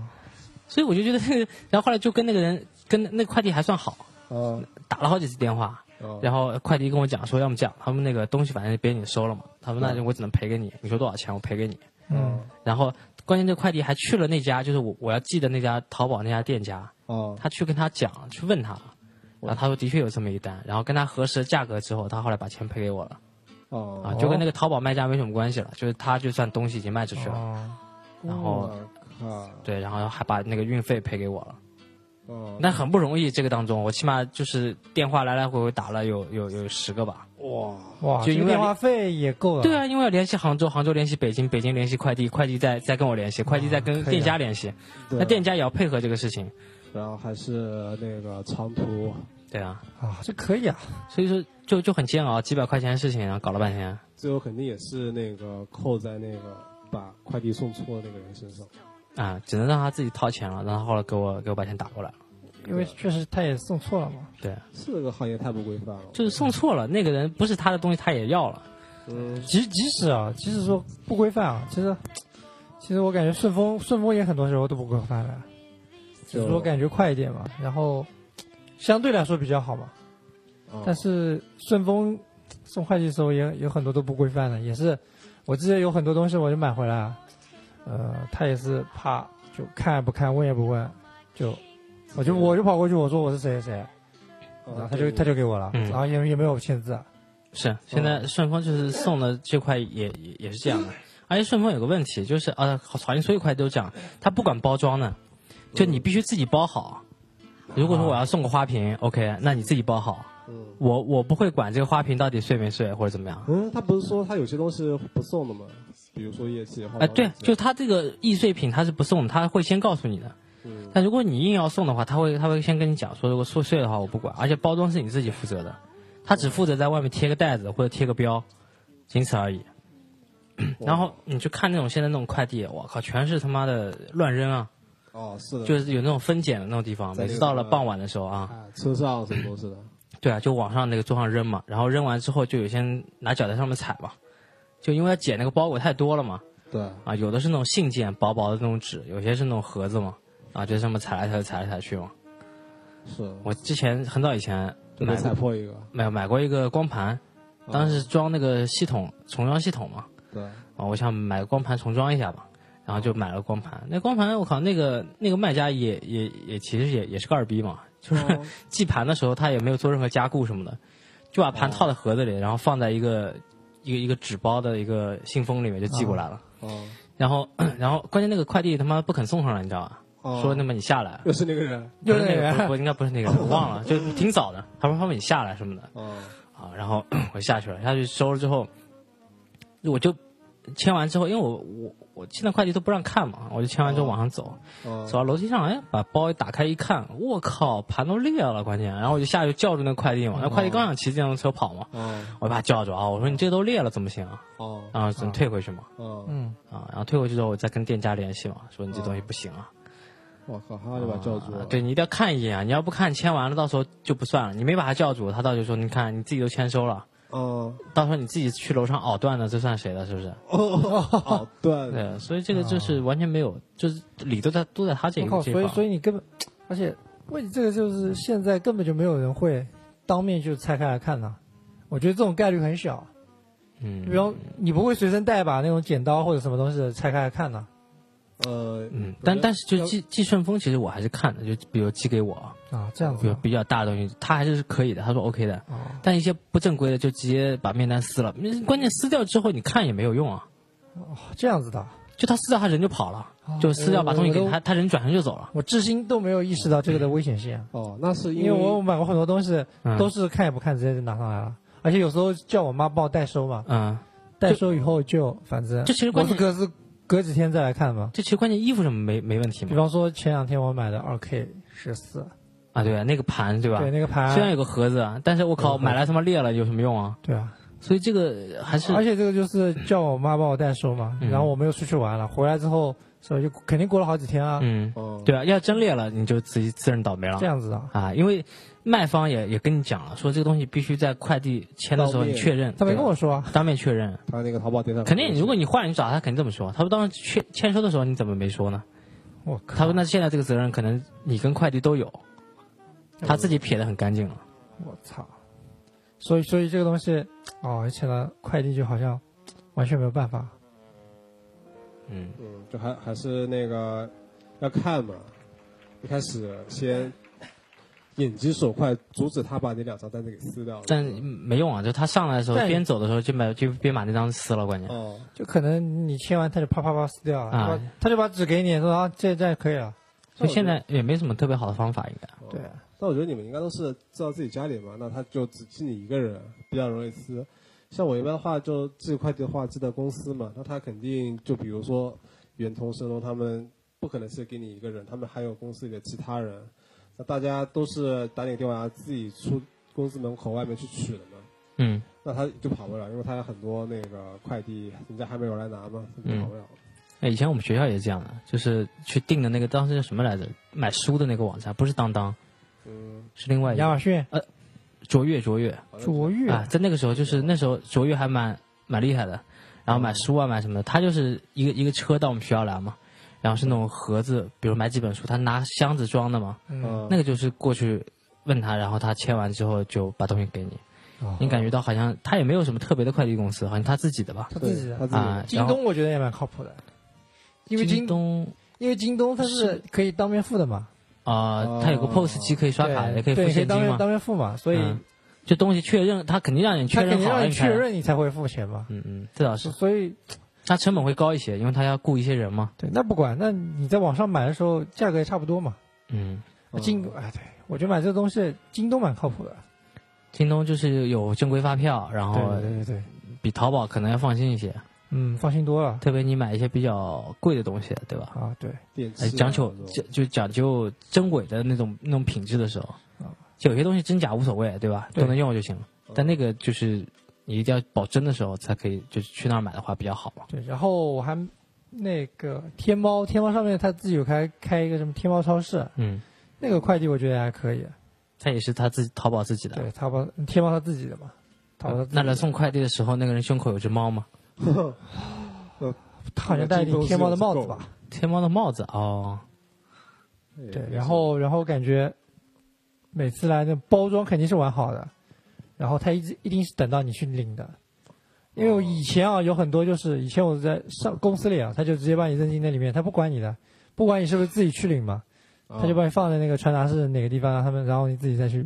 S4: 所以我就觉得， 然后后来就跟那个人跟那快递还算好，
S6: 嗯，
S4: 打了好几次电话，
S6: 哦
S4: 然后快递跟我讲说，要么这样，他们那个东西反正别人已经收了嘛，他说那就我只能赔给你，你说多少钱我赔给你。
S6: 哦
S5: 嗯，
S4: 然后关键这快递还去了那家，就是我我要寄的那家淘宝那家店家，
S6: 哦，
S4: 他去跟他讲，去问他，然后他说的确有这么一单，然后跟他核实了价格之后，他后来把钱赔给我了。
S6: 哦，
S4: 啊，就跟那个淘宝卖家没什么关系了，就是他就算东西已经卖出去了，
S5: 哦，
S4: 然后
S6: 啊，
S4: 对，然后还把那个运费赔给我了，
S6: 哦，
S4: 那很不容易。这个当中，我起码就是电话来来回回打了有有有十个吧。
S6: 哇，
S5: 哇，
S4: 就
S5: 这
S4: 因
S5: 个
S4: 为
S5: 电话费也够了。
S4: 对，啊，因为要联系杭州，杭州联系北京，北京联系快递，快递再再跟我联系，快递再跟
S5: 可以啊
S4: 店家联系，
S6: 对
S4: 那店家也要配合这个事情。
S6: 然后还是那个长途，
S4: 对啊，
S5: 啊，这可以啊。
S4: 所以说就就很煎熬，几百块钱的事情，然后搞了半天。
S6: 最后肯定也是那个扣在那个把快递送错的那个人身上。
S4: 啊，只能让他自己掏钱了，然后后来给我给我把钱打过来了。
S5: 因为确实他也送错了嘛。
S4: 对，
S6: 这个行业太不规范了。
S4: 就是送错了，那个人不是他的东西，他也要了。
S6: 嗯，
S5: 即即使啊，即使说不规范啊，其实其实我感觉顺丰顺丰也很多时候都不规范了，只
S6: 就是
S5: 说感觉快一点嘛，然后相对来说比较好嘛。
S6: 哦
S5: 但是顺丰送快递的时候也有很多都不规范的，也是我之前有很多东西我就买回来啊，呃，他也是怕就看也不看问也不问，就我就我就跑过去我说我是谁谁谁，然后
S6: 哦
S5: 他就他就给我了，
S4: 嗯
S5: 然后也也没有签字啊，
S4: 是，现在顺丰就是送的这块也也也是这样的，而且顺丰有个问题就是啊，好像所有快递都这样，它不管包装呢，就你必须自己包好。如果说我要送个花瓶，OK，那你自己包好，
S6: 嗯
S4: 我我不会管这个花瓶到底碎没碎或者怎么样。
S6: 嗯，他不是说他有些东西不送的吗？比如说业绩。
S4: 哎、对，就是它这个易碎品它是不送的，它会先告诉你的。
S6: 嗯
S4: 但如果你硬要送的话，他会他会先跟你讲说，如果碎碎的话我不管，而且包装是你自己负责的，他只负责在外面贴个袋子或者贴个标，仅此而已。然后你去看那种现在那种快递，我靠，全是他妈的乱扔啊！
S6: 哦，是的，
S4: 就是有那种分拣的那种地方，
S6: 在那
S4: 每
S6: 个
S4: 次到了
S6: 什么
S4: 傍晚的时候啊，
S6: 啊，车上什么都是的。
S4: 对啊，就往上那个桌上扔嘛，然后扔完之后就有些人拿脚在上面踩嘛，就因为要捡那个包裹太多了嘛，
S6: 对，
S4: 啊，有的是那种信件薄薄的那种纸，有些是那种盒子嘛，啊，就这么踩来踩去踩来踩去嘛。
S6: 是的
S4: 我之前很早以前
S6: 就嗯
S4: 买
S6: 被踩破一个。
S4: 买买过一个光盘，当时装那个系统重装系统嘛，
S6: 对，
S4: 啊，我想买个光盘重装一下吧，然后就买了光盘。那光盘我靠，那个那个卖家也也也其实也也是个二逼嘛，就是、
S6: 哦
S4: 寄盘的时候他也没有做任何加固什么的，就把
S6: 哦
S4: 盘套在盒子里，然后放在一个一个一个纸包的一个信封里面就寄过来了。
S6: 哦
S4: 然后 然后关键那个快递他妈不肯送上来，你知道吧？
S6: 哦，
S4: 说那么你下来。
S6: 又是那个人。
S4: 不
S5: 就是是
S4: 那
S5: 那
S4: 个，
S5: 个
S4: 不是不是应该不是那个人，我忘了，就挺早的。他说他们你下来什么的，
S6: 哦
S4: 啊，然后我就下去了，下去收了之后，我就签完之后，因为我我我现在快递都不让看嘛，我就签完之后往上走，
S6: 哦
S4: 走到楼梯上，哎，把包一打开一看，我靠，盘都裂了，关键，然后我就下去叫住那快递嘛，那快递刚想骑电动车跑嘛，
S6: 哦
S4: 我把他叫住啊，我说你这都裂了怎么行啊？
S6: 哦
S4: 然后只能退回去嘛，
S6: 哦，
S5: 嗯，
S4: 啊，然后退回去之后我再跟店家联系嘛，说你这东西不行啊，
S6: 我靠，他就把叫住
S4: 啊
S6: 了。
S4: 对你一定要看一眼啊！你要不看签完了，到时候就不算了。你没把他叫住，他到时候说你看你自己都签收了，
S6: 哦
S4: 到时候你自己去楼上藕断了，这算谁的？是不是？
S6: 哦哦哦，对，
S4: 对，所以这个就是完全没有，就是理都在都在他这一
S5: 哦我
S4: 个
S5: 靠，
S4: 这一
S5: 所以所
S4: 方。
S5: 以你根本，而且问题这个就是现在根本就没有人会当面就拆开来看呢，我觉得这种概率很小。
S4: 嗯，
S5: 比方你不会随身带把那种剪刀或者什么东西拆开来看呢？
S6: 呃，
S4: 嗯，但但是就寄寄顺丰，其实我还是看的，就比如寄给我，
S5: 啊，这样
S4: 比
S5: 子
S4: 如
S5: 啊
S4: 比较大的东西，他还是可以的，他说 OK 的。
S5: 哦
S4: 但一些不正规的就直接把面单撕了，嗯关键撕掉之后你看也没有用啊，
S5: 这样子的啊，
S4: 就他撕掉他人就跑了，
S5: 哦
S4: 就撕掉把东西给你他，他人转身就走了。
S5: 我至今都没有意识到这个的危险性啊，
S6: 哦，那是
S5: 因为
S6: 因为
S5: 我买过很多东西
S4: 嗯
S5: 都是看也不看直接就拿上来了。而且有时候叫我妈帮我代收嘛，
S4: 嗯，
S5: 代收以后就反正
S4: 这其实
S5: 我
S4: 关
S5: 是
S4: 键
S5: 隔是隔几天再来看嘛。
S4: 这其实关键衣服什么没没问题
S5: 比
S4: 嘛？
S5: 方说前两天我买的二 K 十四，
S4: 啊，对啊，那个盘对吧？
S5: 对那个盘，
S4: 虽然有个盒子，啊但是我靠，买来他妈裂了有什么用啊？
S5: 对啊，
S4: 所以这个还是
S5: 而且这个就是叫我妈帮我代收嘛，
S4: 嗯
S5: 然后我们又出去玩了，回来之后所以就肯定过了好几天啊，
S4: 嗯，
S6: 哦
S4: 对啊，要真裂了你就自己自认倒霉了
S5: 这样子啊，
S4: 啊，因为卖方也也跟你讲了，说这个东西必须在快递签的时候
S6: 当面
S4: 你确认，
S5: 他没跟
S4: 对
S5: 我说啊，
S4: 当面确认。
S6: 他那个淘宝店上
S4: 肯定，如果你坏了，你找他肯定这么说。他说当时签签收的时候你怎么没说呢？
S5: 我靠，
S4: 他说那现在这个责任可能你跟快递都有，他自己撇得很干净了。
S5: 我操，所以所以这个东西哦，而且呢，快递就好像完全没有办法，
S4: 嗯，
S6: 嗯，就还还是那个要看嘛，一开始 先眼疾手快，阻止他把那两张单子给撕掉了。
S4: 但没用啊，就他上来的时候
S5: 但
S4: 边走的时候就把就边把那张撕了，关键。
S6: 哦，
S5: 就可能你签完他就啪啪啪撕掉了，
S4: 啊
S5: 他把他就把纸给你说啊，这这样可以了，
S4: 所以现在也没什么特别好的方法，应该。
S6: 哦
S5: 对啊，
S6: 但我觉得你们应该都是知道自己家里嘛，那他就只寄你一个人，比较容易撕。像我一般的话，就寄快递的话，寄到公司嘛，那他肯定就比如说圆通、申通他们不可能是给你一个人，他们还有公司里的其他人，那大家都是打点电话自己出公司门口外面去取的嘛。
S4: 嗯，
S6: 那他就跑不了，因为他有很多那个快递，人家还没有来拿嘛，他就跑不了。
S4: 哎，以前我们学校也是这样的，就是去订的那个当时叫什么来着？买书的那个网站，不是当当，
S6: 嗯，
S4: 是另外一
S5: 亚
S4: 个
S5: 马逊
S4: 卓越卓越
S6: 好像
S5: 卓越嗯
S4: 啊，在那个时候就是那时候卓越还蛮蛮厉害的，然后买书啊买什么的，他就是一个一个车到我们学校来嘛，然后是那种盒子，比如买几本书，他拿箱子装的嘛，
S5: 嗯
S6: 嗯
S4: 那个就是过去问他，然后他签完之后就把东西给你，
S5: 哦
S4: 你感觉到好像他也没有什么特别的快递公司，好像他自己的吧
S5: 他
S6: 对
S5: 自己的
S6: 他自己的
S4: 啊，
S5: 京
S4: 然后
S5: 东我觉得也蛮靠谱的，因为
S4: 京
S5: 京
S4: 东
S5: 因为京东它是可以当面付的嘛，
S4: 啊，它有个
S6: 哦
S4: POS 机可以刷卡，
S5: 对
S4: 也可以付
S5: 对
S4: 现
S5: 当
S4: 金
S5: 面
S4: 嘛。
S5: 当面付嘛，所以
S4: 嗯这东西确认，他肯定让你确
S5: 他肯
S4: 认
S5: 定
S4: 好
S5: 让
S4: 了，
S5: 你
S4: 你
S5: 确
S4: 才。
S5: 认你才会付钱嘛。
S4: 嗯嗯，这倒是，
S5: 所以
S4: 它成本会高一些，因为它要雇一些人嘛。
S5: 对，那不管，那你在网上买的时候价格也差不多嘛。
S4: 嗯，
S6: 嗯
S5: 京哎，对我觉得买这东西京东蛮靠谱的。
S4: 京东就是有正规发票，然
S5: 对
S4: 后
S5: 对对对，
S4: 比淘宝可能要放心一些，
S5: 嗯，放心多了
S4: 特别你买一些比较贵的东西，对吧？
S5: 啊。对，
S6: 电器
S4: 哎
S6: 啊、
S4: 讲究
S6: 这
S4: 就
S6: 种
S4: 就讲究真伪的那种那种品质的时候
S5: 啊，
S4: 有些东西真假无所谓，对吧？
S5: 对
S4: 都
S5: 啊
S4: 能用就行了。但那
S6: 嗯
S4: 个就是你一定要保真的时候才可以，就是去那儿买的话比较好嘛。
S5: 对，然后我还那个天猫，天猫上面它自己有开开一个什么天猫超市，
S4: 嗯。
S5: 那个快递我觉得也还可以。
S4: 他也是他自己淘宝自己的。
S5: 对，淘宝天猫它自己的嘛，淘宝它自己
S4: 呃那
S5: 的
S4: 来送快递的时候，那个人胸口有只猫吗？
S5: 它好像戴了一顶天猫的帽子吧？
S4: 天猫的帽子哦，
S6: 嗯
S5: 对，然后然后感觉每次来的包装肯定是完好的，然后他一直一定是等到你去领的，因为我以前啊有很多就是以前我在上公司里啊，他就直接把你扔进那里面，他不管你的，不管你是不是自己去领嘛，
S4: 啊
S5: 他就把你放在那个传达室哪个地方，让他们然后你自己再去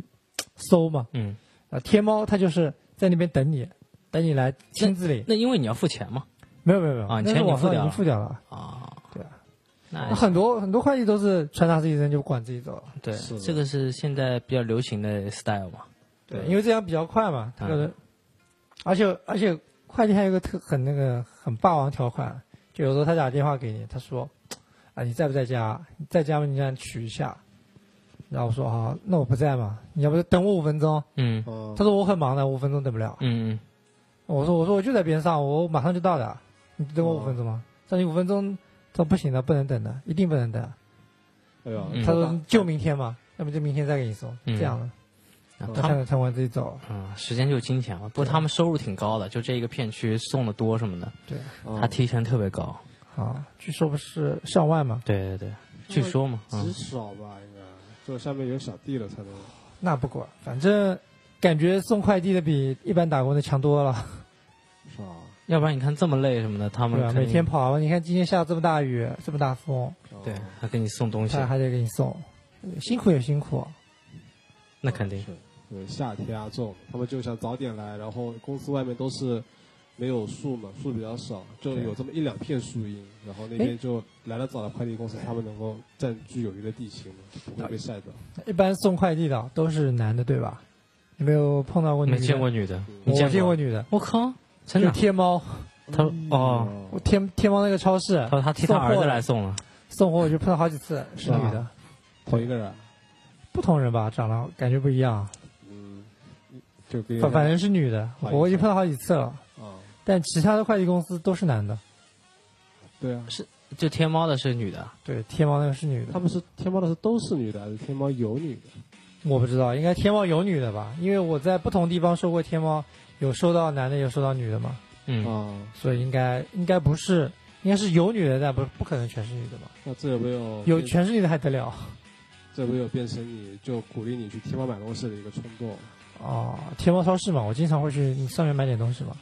S5: 搜嘛。
S4: 嗯，
S5: 啊，天猫它就是在那边等你，等你来亲自领，
S4: 那因为你要付钱嘛。
S5: 没有没有没有，
S4: 啊你
S5: 那是
S4: 钱已经
S5: 网
S4: 付
S5: 上已
S4: 掉
S5: 经
S4: 了
S5: 付掉了。
S4: 啊、
S5: 对啊，
S4: 那
S5: 那很多很多快递都是传达室一扔就不管自己走了。
S4: 对
S6: 是的，
S4: 这个是现在比较流行的 style 嘛。
S5: 对，因为这样比较快嘛，
S4: 嗯
S5: 这个，而且而且快递还有一个特很那个很霸王条款，就有时候他打电话给你，他说：“啊，你在不在家？你在家吗？你让取一下。”然后我说：“啊，那我不在嘛，你要不等我五分钟
S4: 嗯
S6: 哦？”
S5: 他说：“我很忙的，五分钟等不了。
S4: 嗯
S5: 我说：“我说我就在边上，我马上就到的，你等我五分钟吗？”但你五分钟，他说：“不行的，不能等的，一定不能等。
S6: 哎呦，
S4: 嗯
S5: 他说：“就明天嘛，要不就明天再给你送。”
S4: 嗯
S5: 这样的，
S4: 嗯，
S5: 他
S4: 他们
S5: 才才往自己走了。
S4: 嗯，时间就是金钱嘛。不过他们收入挺高的，就这一个片区送的多什么的，
S5: 对，
S4: 他提成特别高。
S5: 啊，据说不是上万嘛，
S4: 对对对，据说嘛，
S6: 至
S4: 嗯
S6: 少吧，应该就下面有小弟了才能。
S5: 那不管，反正感觉送快递的比一般打工的强多了。
S6: 是吧？
S4: 要不然你看这么累什么的，他们
S5: 对吧？
S4: 肯
S5: 每
S4: 定
S5: 天跑，你看今天下这么大雨，这么大风，
S6: 哦
S4: 对，他给你送东西
S5: 他，还得给你送，辛苦也辛苦。
S4: 那肯定
S6: 是。对，夏天啊，这种他们就想早点来，然后公司外面都是没有树嘛，树比较少，就有这么一两片树荫，然后那边就来得早的快递公司，他们能够占据有利的地形嘛，不会被晒到。
S5: 一般送快递的都是男的，对吧？你没有碰到过女的？
S4: 没见过女的，
S5: 我
S4: 你见
S5: 见过？女的，
S4: 我靠，真
S5: 就
S4: 的？啊
S5: 天猫，
S4: 他说哦，
S6: 嗯
S5: 我天天猫那个超市
S4: 他说他替他儿子来送了。
S5: 送货，我就碰到好几次是女
S6: 是
S5: 的，
S6: 同一个人，
S5: 不同人吧，长得感觉不一样，
S6: 嗯，就给
S5: 反反正是女的，
S6: 好意思
S5: 我已经碰到好几次了。
S6: 啊，
S5: 但其他的快递公司都是男的，
S6: 对啊，
S4: 就天猫的是女的，
S5: 对，天猫那个是女的
S6: 他，们是天猫的是都是女的，还是天猫有女的？
S5: 我不知道，应该天猫有女的吧？因为我在不同地方收过天猫，有收到男的，有收到女的嘛，
S4: 嗯，
S6: 啊，
S5: 所以应该应该不是，应该是有女的，但不不可能全是女的吧？
S6: 那这有没有
S5: 有全是女的还得了？
S6: 这有没有变成你就鼓励你去天猫买东西的一个冲动？
S5: 哦，天猫超市嘛，我经常会去上面买点东西嘛，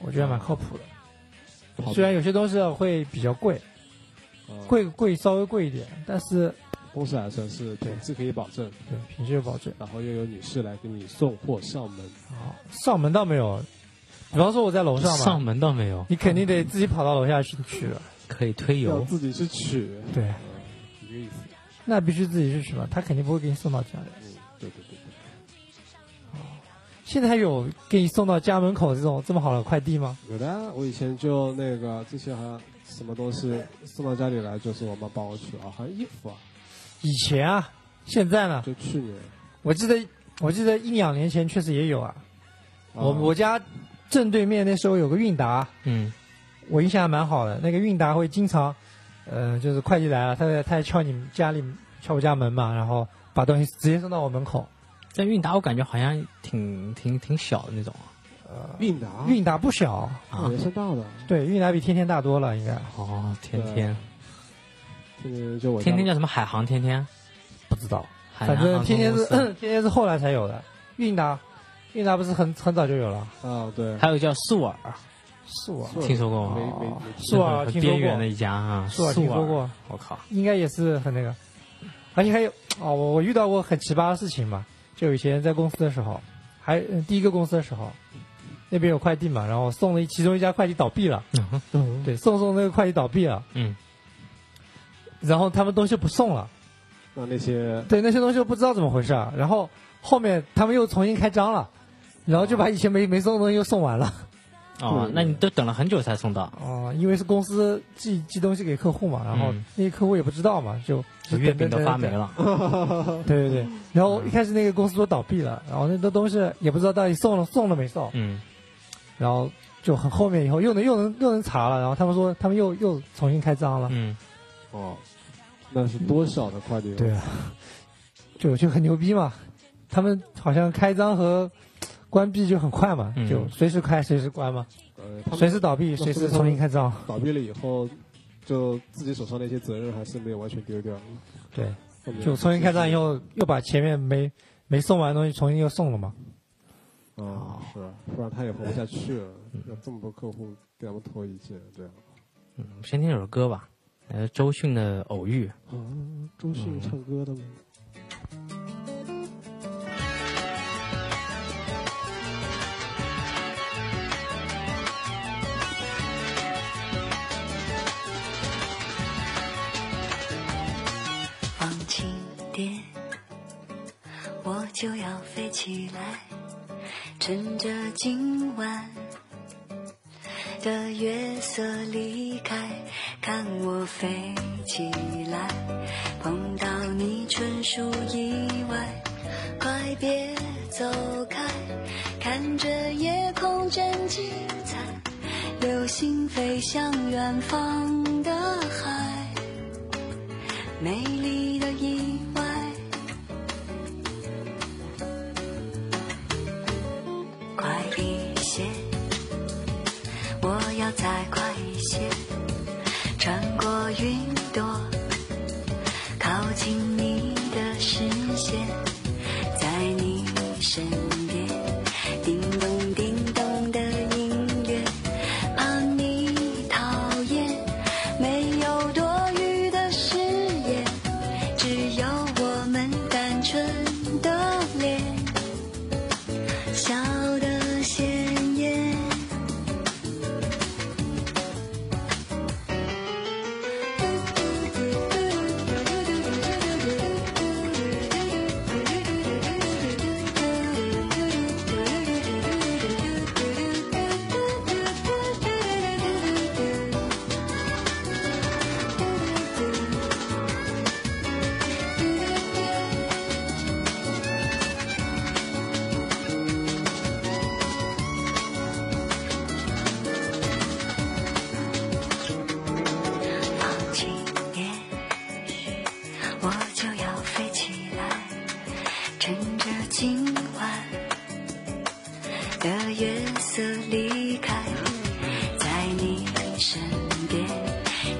S5: 我觉得蛮靠谱的。
S6: 好
S5: 虽然有些东西会比较贵，
S6: 啊
S5: 贵贵稍微贵一点，但是
S6: 公司来说是品质可以保证，
S5: 对品质有保证。
S6: 然后又有女士来给你送货上门，
S5: 哦，上门倒没有，比方说我在楼上嘛，
S4: 上门倒没有，
S5: 你肯定得自己跑到楼下去取了。
S4: 可以推
S6: 要
S4: 油。
S6: 自己去取，
S5: 对，
S6: 一个意思。
S5: 那必须自己去取嘛，他肯定不会给你送到家里。
S6: 嗯，对对对对，
S5: 现在还有给你送到家门口这种这么好的快递吗？
S6: 有的啊。我以前就那个之前好像什么东西送到家里来，就是我妈帮我取啊，好像衣服啊，
S5: 以前啊，现在呢？
S6: 就去年。
S5: 我记得我记得一两年前确实也有啊。我
S6: 啊
S5: 我家正对面那时候有个韵达，
S4: 嗯，
S5: 我印象还蛮好的。那个韵达会经常，呃，就是快递来了，他在他在敲你们家里敲我家门嘛，然后把东西直接送到我门口。
S4: 但韵达我感觉好像挺挺挺小的那种
S6: 韵达，
S5: 韵达不小，
S4: 啊
S6: 人。生大的，
S5: 对，韵达比天天大多了，应该
S4: 哦，天天
S6: 天天就我家
S4: 天天叫什么海航天天，
S5: 不知道。
S4: 海南
S5: 反
S4: 航
S5: 正
S4: 空
S5: 天天是
S4: 公司
S5: 天天是后来才有的，韵达，韵达不是很很早就有了，
S6: 啊，对，
S4: 还有叫速尔，
S5: 是我
S6: 速尔
S4: 听说过
S6: 没
S4: 吗？
S6: 没没
S5: 速尔
S4: 很
S5: 听说
S4: 边缘的
S5: 过，
S4: 一家啊，
S5: 速尔听说过，
S4: 我靠，
S5: 应该也是很那个，而且还有哦，我我遇到过很奇葩的事情嘛，就以前在公司的时候，还呃第一个公司的时候，那边有快递嘛，然后送了一其中一家快递倒闭了，对，送送那个快递倒闭了，
S4: 嗯，
S5: 然后他们东西不送了，
S6: 那那些
S5: 对，那些东西不知道怎么回事儿，然后后面他们又重新开张了。然后就把以前没没送的东西又送完了，
S4: 哦，那你都等了很久才送到，
S5: 哦、因为是公司寄寄东西给客户嘛，然后
S4: 嗯
S5: 那些客户也不知道嘛，就就
S4: 月
S5: 等
S4: 饼
S5: 等
S4: 都
S5: 等
S4: 发
S5: 等
S4: 霉了。
S5: 对对对，然后一开始那个公司说倒闭了，然后那都东西也不知道到底送了送了没送，
S4: 嗯，
S5: 然后就很后面以后又能又能又能查了，然后他们说他们又又重新开张了，
S4: 嗯，
S6: 哦，那是多少的快递？
S5: 对，啊，就就很牛逼嘛，他们好像开张和关闭就很快嘛，
S4: 嗯
S5: 就随时开随时关嘛，
S6: 呃，他们
S5: 随时倒闭随时重新开张，
S6: 倒闭了以后，就自己手上那些责任还是没有完全丢掉。
S5: 对，就重新开张以后又把前面没没送完的东西重新又送了嘛，
S6: 啊，是，不然他也活不下去了。有这么多客户给他们拖一啊件，这样。
S4: 我们嗯先听首歌吧，呃，周迅的《偶遇》。
S6: 啊，周迅唱歌的吗？
S7: 放轻点，我就要飞起来，趁着今晚，的月色离开，看我飞起来，碰到你纯属意外，快别走开，看着夜空真精彩，流星飞向远方的海，美丽的意外。快一些，我要再快一些，穿过云朵，靠近你的视线，在你身边，叮咚叮咚的音乐，怕你讨厌，没有多余的誓言，只有我们单纯的脸。笑得鲜艳。放轻点，我就要飞起来，趁着今晚的月色离开，在你身边，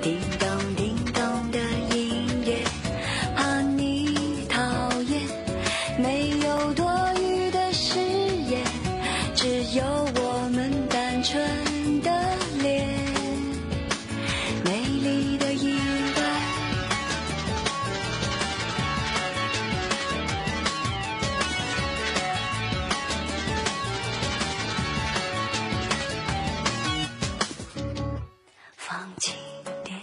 S7: 叮咚叮咚的音乐，怕你讨厌，没有多余的誓言，只有我们单纯的脸。美丽的意外，放轻点，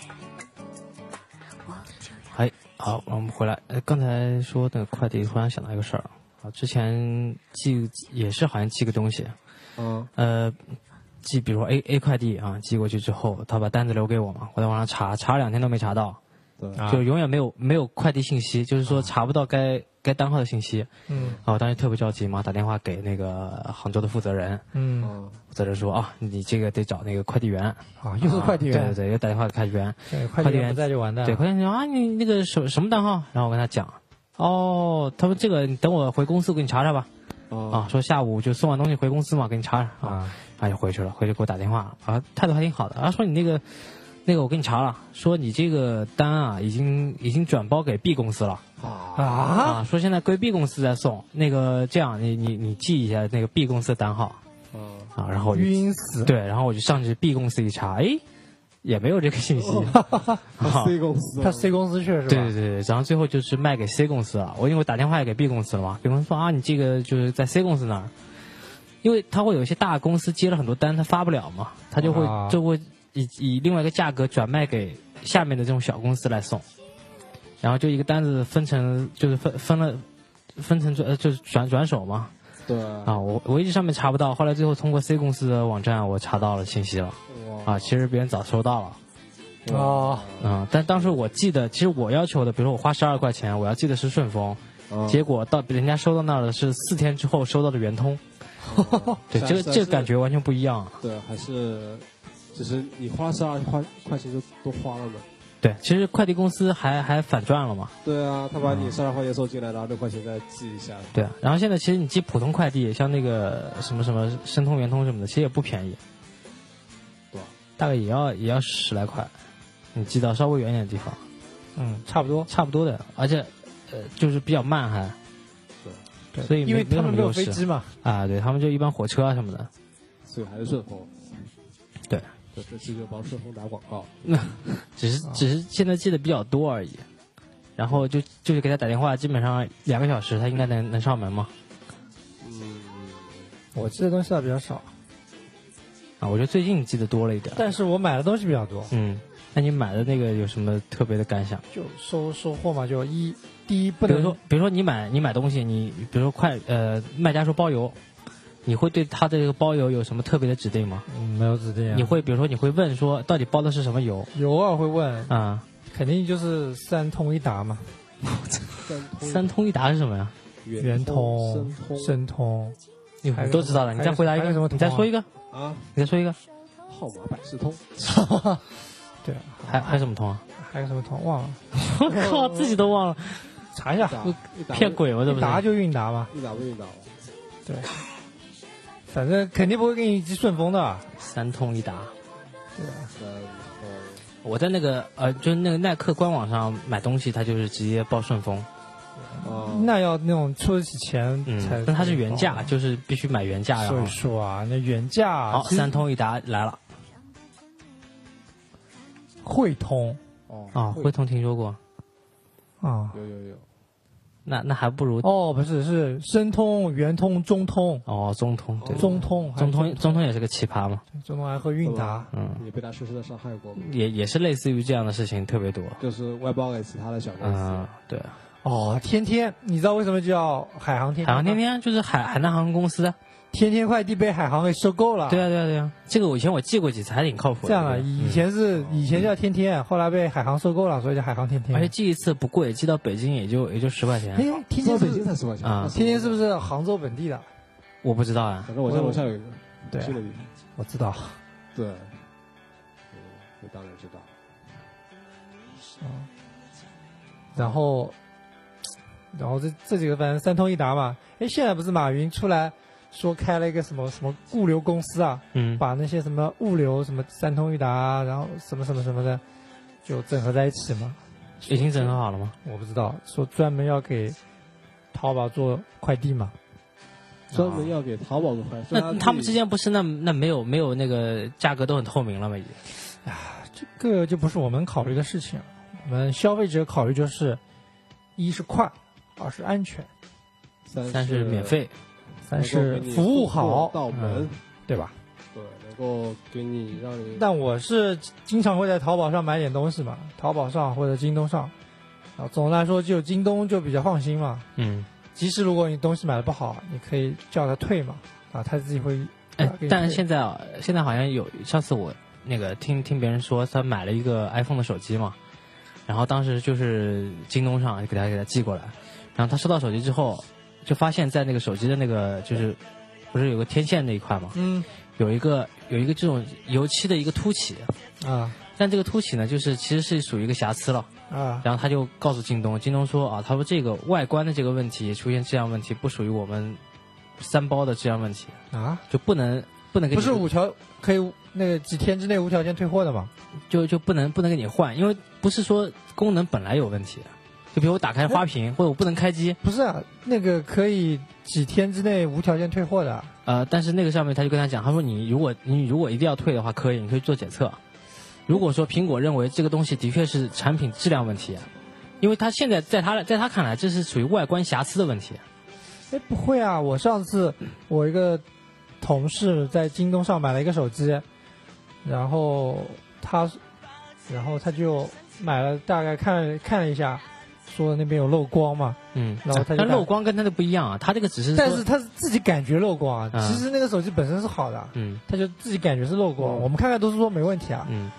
S7: 我就要
S4: 哎，好，我们回来。呃，刚才说那个快递，突然想到一个事儿啊，之前寄也是好像寄个东西，
S6: 嗯，
S4: 呃，寄比如说 A A 快递啊，寄过去之后，他把单子留给我嘛，我在网上查，查了两天都没查到，
S6: 对，
S5: 啊
S4: 就永远没有没有快递信息，就是说查不到该、该单号的信息。
S5: 嗯
S4: 啊，我当时特别着急嘛，打电话给那个杭州的负责人，
S5: 嗯，
S6: 嗯，
S4: 负责人说啊，你这个得找那个快递员，
S5: 啊，又是快递员
S4: 对，对对，又打电话给快递员，
S5: 对，
S4: 快
S5: 快递
S4: 递
S5: 员
S4: 员
S5: 不在就完蛋
S4: 对，
S5: 了。
S4: 快递员说啊，你那个什什么单号？然后我跟他讲，哦，他说这个你等我回公司我给你查查吧。
S6: 啊
S4: 啊，，说下午就送完东西回公司嘛，给你查查啊。
S5: 哦啊，
S4: 他就回去了，回去给我打电话啊，态度还挺好的啊，说你那个那个我给你查了，说你这个单啊已经已经转包给 B 公司了
S5: 啊，
S4: 啊，说现在归 B 公司在送，那个这样你你你记一下那个 B 公司的单号
S6: 嗯，
S4: 啊，然后我就
S5: 晕死！
S4: 对，然后我就上去 B 公司一查，哎，也没有这个信息。
S5: 哦
S4: 啊
S6: C 公司，
S5: 他 C 公司去了是吧？
S4: 对对对对，然后最后就是卖给 C 公司了。我因为我打电话也给 B 公司了嘛，B 公司说啊，你这个就是在 C 公司那儿，因为他会有一些大公司接了很多单，他发不了嘛，他就会
S5: 啊
S4: 就会以以另外一个价格转卖给下面的这种小公司来送，然后就一个单子分成就是分分了。分成转呃就是转转手嘛
S6: 对，
S4: 啊，我我一直上面查不到，后来最后通过 C 公司的网站我查到了信息了
S6: 哇，
S4: 啊，其实别人早收到了，
S5: 哦，
S4: 嗯，但当时我记得，其实我要求的，比如说我花十二块钱，我要寄的是顺丰，
S6: 嗯
S4: 结果 到人家收到那儿的是四天之后收到的圆通，对，
S6: 算
S4: 这个
S6: 算
S4: 这个
S6: 是
S4: 感觉完全不一样啊。
S6: 对，还是只是你花十二块块钱就都花了嘛？
S4: 对，其实快递公司还还反赚了嘛，
S6: 对啊，他把你十二块钱收进来，然后六块钱再寄一下，
S4: 对啊。然后现在其实你寄普通快递，像那个什么什么申通、圆通什么的，其实也不便宜，
S6: 对吧？
S4: 大概也要也要十来块，你寄到稍微远一点的地方，
S5: 嗯，差不多。
S4: 差不多的，而且呃就是比较慢还
S5: 对，
S4: 所以没
S5: 因为他们没有
S4: 没什么
S5: 飞
S4: 优势
S5: 机嘛，
S4: 啊，对他们就一般火车啊什么的，
S6: 所以还是顺丰。
S4: 对，
S6: 对，这期就帮顺丰打广告。
S4: 只
S5: 啊
S4: 是只是现在记得比较多而已。然后就就是给他打电话，基本上两个小时，他应该能能上门嘛。
S5: 我寄的东西倒比较少，
S4: 啊，我觉得最近记得多了一点。
S5: 但是我买的东西比较多。
S4: 嗯，那你买的那个有什么特别的感想？
S5: 就收收货嘛，就一第一不
S4: 比如
S5: 能
S4: 说，比如说你买你买东西，你比如说快呃，卖家说包邮，你会对它的这个包邮有什么特别的指定吗？
S5: 嗯没有指定啊。
S4: 你会比如说你会问说到底包的是什么油
S5: 有偶尔会问，
S4: 啊、
S5: 肯定就是三通一达嘛，
S4: 三通一达是什么呀？
S5: 圆通
S6: 申、通
S5: 申通，
S4: 你
S5: 还有
S4: 都知道了，你再回答一
S5: 还
S4: 个
S5: 有什么，
S4: 你再说一个，
S6: 啊，
S4: 你再说一个，
S6: 号码百事通，
S5: 对啊，
S4: 还还有什么通啊？
S5: 还有什么通忘了，
S4: 我靠，自己都忘了，
S5: 查一下，
S6: 打一打
S4: 骗鬼吗？这不
S5: 一达
S4: 是？
S5: 就韵达嘛，
S6: 一打不一打，
S5: 对，反正肯定不会给你寄顺丰的啊，
S4: 三通一达。
S6: 三通
S4: 我在那个呃，就是那个耐克官网上买东西，它就是直接报顺丰，
S6: 啊，
S5: 那要那种出得起钱
S4: 嗯
S5: 才，，
S4: 但它是原价，，就是必须买原价，然
S5: 所以
S4: 后
S5: 说啊，那原价
S4: 好
S5: 其实
S4: 三通一达来了
S5: 汇通
S4: 啊，汇通听说过，
S5: 啊，
S6: 有有有，
S4: 那那还不如
S5: 哦，不是，是申通、圆通、中通、
S4: 哦中通对
S5: 中通，还
S4: 中
S5: 有
S4: 通中通也是个奇葩嘛，
S5: 中通还和韵达，
S4: 嗯，
S6: 你被他深深的伤害过吗？
S4: 也也是类似于这样的事情特别多，
S6: 就是外包给其他的小公司
S4: 嗯，，对，
S5: 哦，天天，你知道为什么叫海航天？
S4: 海航天
S5: 天，
S4: 天就是海海南航空公司啊，
S5: 天天快递被海航给收购了。
S4: 对啊对啊对啊，这个我以前我记过几次，还挺靠谱的，
S5: 这样啊，
S4: 对吧
S5: 以前是以前叫天天，后来被海航收购了，所以叫海航天天。
S4: 而且寄一次不贵，寄到北京也就也就十块钱，
S5: 哎，天天
S6: 到
S5: 是
S6: 北京才十块钱
S4: 啊
S6: 那
S5: 天天是不
S6: 是？
S5: 是杭州本地的？
S4: 我不知道啊，
S6: 反正我家楼下有一个
S5: 对啊
S6: 去，的地方，
S5: 我知道。
S6: 对，嗯，我当然知道。
S5: 然后，然后这这几个反正三通一达嘛。哎，现在不是马云出来说开了一个什么什么物流公司啊，
S4: 嗯，
S5: 把那些什么物流什么三通一达，然后什么什么什么的，就整合在一起嘛。
S4: 已经整合好了吗？
S5: 我不知道，说专门要给淘宝做快递嘛。
S6: 专门要给淘宝做
S5: 啊
S6: 快，虽然
S4: 嗯那他们
S6: 自
S4: 之
S6: 己
S4: 间不是那那没有没有那个价格都很透明了吗？已经
S5: 这个就不是我们考虑的事情，我们消费者考虑就是，一是快，二是安全，呃
S6: 三
S4: 但是免，费，
S5: 三是服务好，嗯
S6: 到门，
S5: 对吧？
S6: 嗯对，能够给你让你
S5: 但我是经常会在淘宝上买点东西嘛，淘宝上或者京东上，啊，总的来说就京东就比较放心嘛。
S4: 嗯，
S5: 即使如果你东西买的不好，你可以叫他退嘛，啊，他自己会。
S4: 哎
S5: 啊给，你
S4: 但
S5: 退
S4: 是现在啊，现在好像有上次我那个呃听听别人说，他买了一个 iPhone 的手机嘛，然后当时就是京东上给他给他寄过来，然后他收到手机之后，就发现在那个手机的那个就是不是有个天线那一块嘛，
S5: 嗯
S4: 有一个有一个这种油漆的一个凸起，
S5: 啊
S4: 但这个凸起呢，就是其实是属于一个瑕疵了。
S5: 啊，
S4: 然后他就告诉京东，京东说啊，他说这个外观的这个问题出现这样问题，不属于我们三包的这样问题，
S5: 啊，
S4: 就不能不能给
S5: 不
S4: 你
S5: 是无条可以那个几天之内无条件退货的嘛？
S4: 就就不能不能给你换，因为不是说功能本来有问题，就比如我打开花瓶或者我不能开机，
S5: 不是啊，那个可以几天之内无条件退货的。
S4: 呃，但是那个上面他就跟他讲，他说你如果你如果一定要退的话，可以，你可以做检测。如果说苹果认为这个东西的确是产品质量问题，因为他现在在他在他看来这是属于外观瑕疵的问题，
S5: 哎，不会啊！我上次我一个同事在京东上买了一个手机，然后他，然后他就买了，大概看看了一下，说那边有漏光嘛，
S4: 嗯，
S5: 然后他就
S4: 但
S5: 干
S4: 漏光跟他的不一样啊，他这个只是
S5: 但
S4: 说
S5: 是他自己感觉漏光啊。
S4: 嗯
S5: 其实那个手机本身是好的，啊
S4: 嗯
S5: 他就自己感觉是漏光。我们看看都是说没问题啊，
S4: 嗯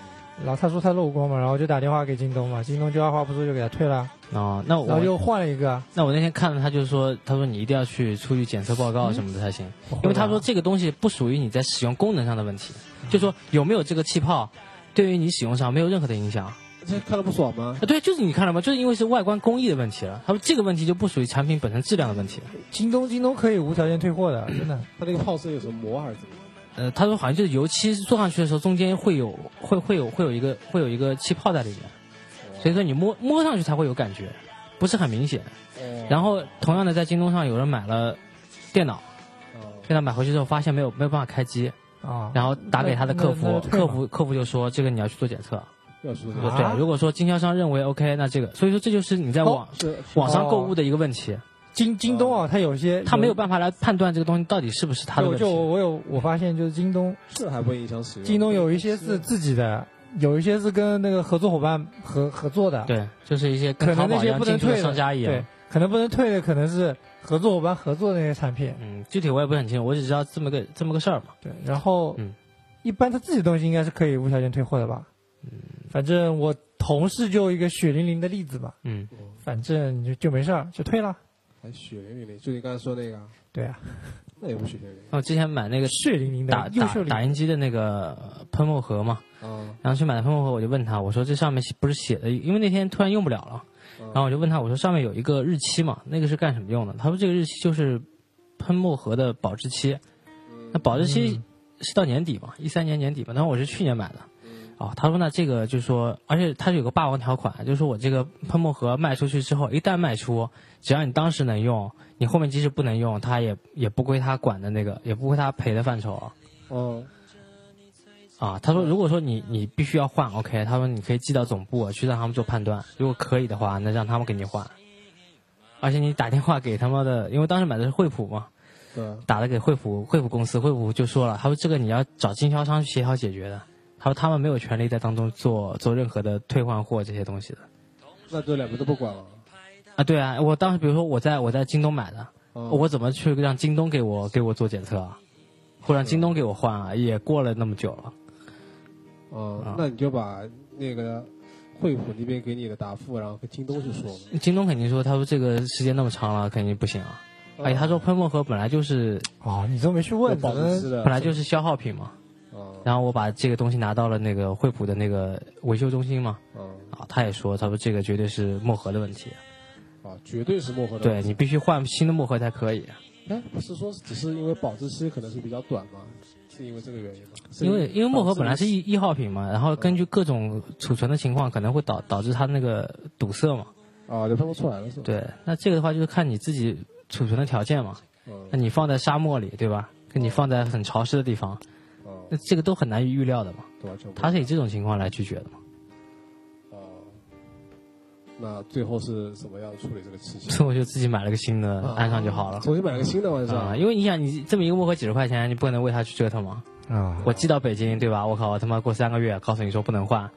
S5: 然后他说他漏光嘛，然后就打电话给京东嘛，京东就二话不说就给他退了，
S4: 哦，那
S5: 然后
S4: 我
S5: 又换了一个。
S4: 那我那天看了他就说，他说你一定要去出具检测报告什么的才行，
S5: 嗯不会啊
S4: 因为他
S5: 吧
S4: 说这个东西不属于你在使用功能上的问题，就说有没有这个气泡，对于你使用上没有任何的影响。啊，
S6: 这看了不爽吗？
S4: 对，就是你看了吗？就是因为是外观工艺的问题了，他说这个问题就不属于产品本身质量的问题。
S5: 京东京东可以无条件退货的，
S4: 嗯
S5: 真的。
S6: 他那个泡色有什么膜还是怎么？
S4: 呃，他说好像就是油漆做上去的时候，中间会有会会有会有一个会有一个气泡在里面，所以说你摸摸上去才会有感觉，不是很明显。
S6: 哦
S4: 然后同样的，在京东上有人买了电脑，
S6: 哦
S4: 电脑买回去之后发现没有没有办法开机，
S5: 啊，
S4: 然后打给他的客
S5: 那那
S4: 服
S5: 那就，退
S4: 客
S5: 嘛
S4: 服客服就说这个你要去做检测。
S6: 要说
S4: 对
S6: 的
S5: 啊哦
S4: 对，如果说经销商认为 OK，那这个，所以说这就是你在网、
S6: 是
S4: 网上购物的一个问题，
S5: 京京东啊，它有些
S4: 哦他没有办法来判断这个东西到底是不是他的
S5: 就
S4: 问
S5: 就
S4: 题。嗯
S5: 我有我发现就是京东
S6: 是还不会影响使用。
S5: 京东有一些是自己的，有一些是跟那个合作伙伴合合作的，
S4: 对，就是一些
S5: 可
S4: 跟淘
S5: 能那
S4: 宝一
S5: 些
S4: 样
S5: 不
S4: 进
S5: 能
S4: 驻的
S5: 退的
S4: 商家一样
S5: 对，，可能不能退的可能是合作伙伴合作的那些产品，
S4: 嗯，具体我也不是很清楚，我只知道这么个这么个事儿嘛。
S5: 对，然后、
S4: 嗯
S5: 一般他自己的东西应该是可以无条件退货的吧？
S4: 嗯
S5: 反正我同事就一个血淋淋的例子吧，
S4: 嗯，
S5: 反正就就没事儿，就退了。
S6: 还血淋淋的，就你刚才说那个啊，
S5: 对啊，
S6: 那也不血淋淋
S4: 我之前买那个
S5: 血淋淋的
S4: 打，
S5: 又
S4: 打
S5: 血淋
S4: 打
S5: 淋。
S4: 印机的那个呃喷墨盒嘛，
S6: 啊。
S4: 然后去买的喷墨盒，我就问他，我说这上面不是写的，因为那天突然用不了了，然后我就问他，我说上面有一个日期嘛，那个是干什么用的？他说这个日期就是喷墨盒的保质期，那保质期是到年底嘛，一三年年底嘛，然后我是去年买的。哦，他说那这个就是说，而且它是有个霸王条款，就是说我这个喷墨盒卖出去之后，一旦卖出，只要你当时能用，你后面即使不能用，它也也不归他管的那个，也不归他赔的范畴啊。
S6: 哦，
S4: 啊，他说，如果说你你必须要换，OK，他说你可以寄到总部去让他们做判断，如果可以的话，那让他们给你换。而且你打电话给他们的，因为当时买的是惠普嘛，
S6: 对，啊
S4: 打了给惠普惠普公司，惠普就说了，他说这个你要找经销商去协调解决的，他说他们没有权利在当中做做任何的退换货这些东西的。
S6: 那这两边都不管了。
S4: 啊，对啊，我当时比如说我在我在京东买的，
S6: 哦
S4: 我怎么去让京东给我给我做检测啊，或让京东给我换啊？也过了那么久了。
S6: 哦
S4: 啊，
S6: 那你就把那个惠普那边给你的答复，然后跟京东去说嘛。
S4: 京东肯定说，他说这个时间那么长了，肯定不行啊。
S6: 嗯
S4: 而且他说喷墨盒本来就是
S5: 哦，你都没去问，
S6: 有保质期的，
S4: 本来就是消耗品嘛。
S6: 哦
S4: 然后我把这个东西拿到了那个惠普的那个维修中心嘛，
S6: 哦
S4: 啊，他也说，他说这个绝对是墨盒的问题，
S6: 啊，绝对是漠河的。
S4: 对你必须换新的墨盒才可以。
S6: 哎，不是说只是因为保质期可能是比较短吗？是因为这个原因吗？是
S4: 因为因为墨盒本来是
S6: 保质期
S4: 一一号品嘛，然后根据各种储存的情况，可能会导导致它那个堵塞嘛。
S6: 啊，就喷不出来了是吧？，
S4: 对，那这个的话就是看你自己储存的条件嘛。
S6: 嗯
S4: 那你放在沙漠里，对吧？跟你放在很潮湿的地方，
S6: 哦
S4: 那，这个都很难预料的嘛。
S6: 对吧？全部
S4: 他是以这种情况来拒绝的嘛。
S6: 哦，那最后是怎么样处理这个事情？
S4: 所以我就自己买了个新的，
S5: 啊
S4: 安上就好了。
S6: 重新买了个新的晚上，
S4: 啊，因为你想，你这么一个墨盒几十块钱，你不可能为它去折腾嘛。
S5: 啊。
S4: 我寄到北京，对吧？我靠，我他妈过三个月，告诉你说不能换，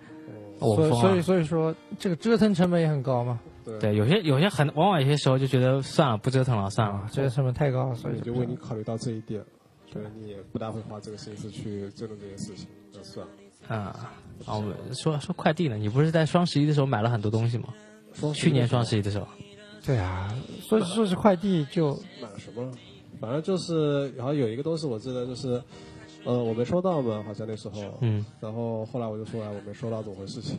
S4: 我啊
S5: 所以
S4: 疯
S5: 哦所以
S4: 了。
S5: 所以说，这个折腾成本也很高嘛，
S4: 对，有些有些很，往往有些时候就觉得算了，不折腾了，算了
S5: 啊，。折腾成本太高了，所
S6: 所
S5: 以
S6: 以就
S5: 不
S6: 为你考虑到这一点，所以你也不大会花这个心思去争论这件事情，那算了。
S4: 嗯，啊，我们说说快递呢，你不是在双十一的时候买了很多东西吗？
S6: 双十一
S4: 去年双十一的时候，
S5: 对啊，所以说是快递就
S6: 买了什么？反正就是好像有一个东西我记得就是，呃，我没收到嘛，好像那时候，
S4: 嗯，
S6: 然后后来我就说哎，我没收到怎么回事情，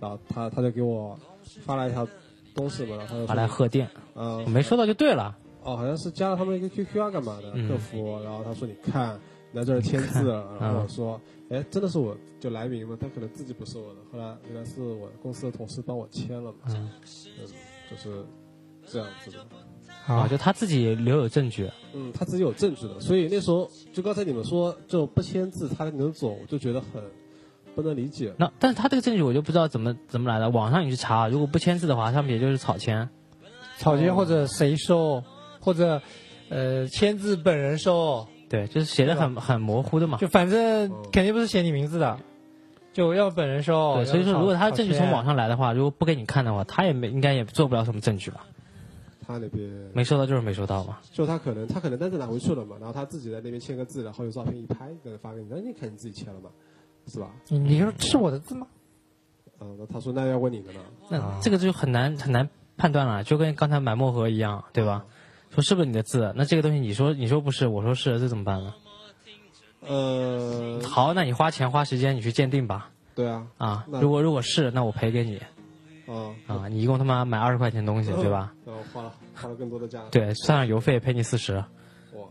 S6: 然后他他就给我发了一条东西嘛，然后
S4: 发来贺电，
S6: 嗯
S4: 我，没收到就对了。
S6: 哦，好像是加了他们一个 QQ 啊干嘛的
S4: 嗯
S6: 客服，然后他说你看你在这儿签字，啊然后我说哎真的是我就来明嘛，他可能自己不是我的，后来原来是我公司的同事帮我签了嘛，
S4: 嗯，
S6: 嗯，就是这样子的。
S4: 啊，
S5: 啊
S4: 就他自己留有证据。
S6: 嗯，他自己有证据的，所以那时候就刚才你们说就不签字他能走，我就觉得很不能理解。
S4: 那但是他这个证据我就不知道怎么怎么来的。网上你去查，如果不签字的话，上面也就是草签。
S5: 草签或者谁收，或者呃签字本人收，
S4: 对，就是写的很很模糊的嘛。
S5: 就反正肯定不是写你名字的，就要本人收。
S4: 对，所以说如果他的证据从网
S5: 上，
S4: 上来的话，如果不给你看的话，他也没应该也做不了什么证据吧？
S6: 他那边
S4: 没收到就是没收到嘛。
S6: 就他可能他可能单子拿回去了嘛，然后他自己在那边签个字，然后有照片一拍，给他发给你，那你看你自己签了嘛，是吧？
S5: 你你说这是我的字吗？
S6: 嗯，那他说那要问你的呢，
S4: 那这个就很难很难判断了，就跟刚才买墨盒一样，对吧？说是不是你的字？那这个东西你说你说不是，我说是，这怎么办呢？
S6: 呃，
S4: 好，那你花钱花时间你去鉴定吧。
S6: 对啊，
S4: 啊，
S6: 那
S4: 如果如果是，那我赔给你
S6: 啊、
S4: 啊！你一共他妈买二十块钱东西，对吧？
S6: 然后花了花了更多的价，
S4: 对，算上邮费赔你四十
S6: 哇，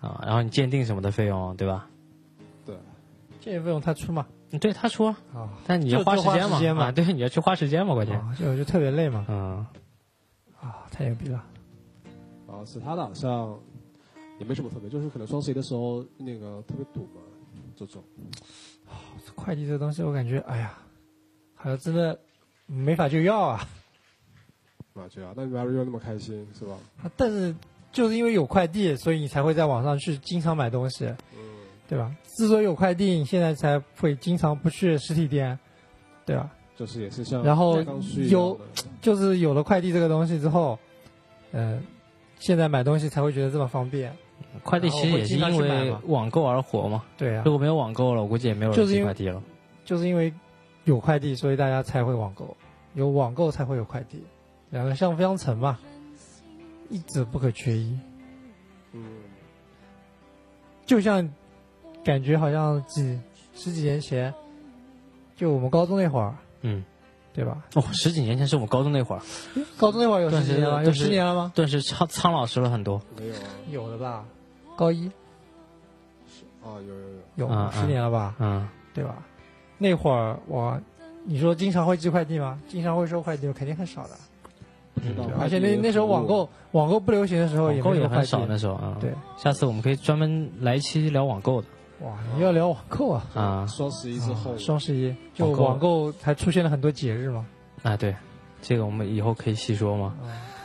S4: 啊，然后你鉴定什么的费用，对吧？
S6: 对，
S5: 这也不用他出嘛。
S4: 嗯对他说，
S5: 啊，
S4: 但你要
S5: 就
S4: 花
S5: 就
S4: 时
S5: 花
S4: 间
S5: 时
S4: 嘛，
S5: 间嘛
S4: 啊，对，你要去花时间嘛，关键，
S5: 啊就就特别累嘛。
S4: 嗯，
S5: 啊，太牛逼了。
S6: 然后其啊他的好像也没什么特别，就是可能双十一的时候那个特别堵嘛，这种。
S5: 快递这东西，我感觉，哎呀，好像真的没法就要啊。
S6: 啊，这样，那你玩又那么开心是吧？
S5: 但是就是因为有快递，所以你才会在网上去经常买东西，对吧？之所以有快递，你现在才会经常不去实体店，对吧？
S6: 就是也是像
S5: 然后
S6: 刚需一样
S5: 有
S6: 的
S5: 就是有了快递这个东西之后，嗯、现在买东西才会觉得这么方便。
S4: 快递其实也是因
S5: 然后我会经常去
S4: 为
S5: 买嘛
S4: 网购而火嘛。
S5: 对啊
S4: 如，果没有网购了，我估计也没有人
S5: 就是
S4: 寄
S5: 因为
S4: 快递了。
S5: 就是因为有快递，所以大家才会网购，有网购才会有快递，两个相辅相成嘛，一直不可缺一。
S6: 嗯，
S5: 就像感觉好像几十几年前，就我们高中那会儿，
S4: 嗯，
S5: 对吧？
S4: 哦，十几年前是我们高中那会儿，
S5: 高中那会儿有
S4: 对
S5: 十几年了，
S4: 是
S5: 有
S4: 对
S5: 十年了吗？
S4: 顿时苍苍老师了很多。
S6: 没有啊，
S5: 有的吧，高一
S6: 啊有有
S5: 有
S6: 有，
S4: 嗯
S5: 十年了吧，
S4: 嗯，
S5: 对吧？那会儿我，你说经常会寄快递吗？经常会收快递吗，肯定很少的。
S6: 不知道
S4: 嗯
S5: 而且那那时候网购网购不流行的时候，
S4: 网
S5: 哦也
S4: 购
S5: 没有
S4: 也
S5: 快
S4: 很
S5: 递。
S4: 少那时候啊。嗯
S5: 对，
S4: 下次我们可以专门来一期聊网购的
S5: 哇，你要聊网购啊？
S4: 啊
S6: 双十一之后，
S5: 双十一就
S4: 网购
S5: 网购才出现了很多节日嘛。
S4: 啊，对，这个我们以后可以细说嘛。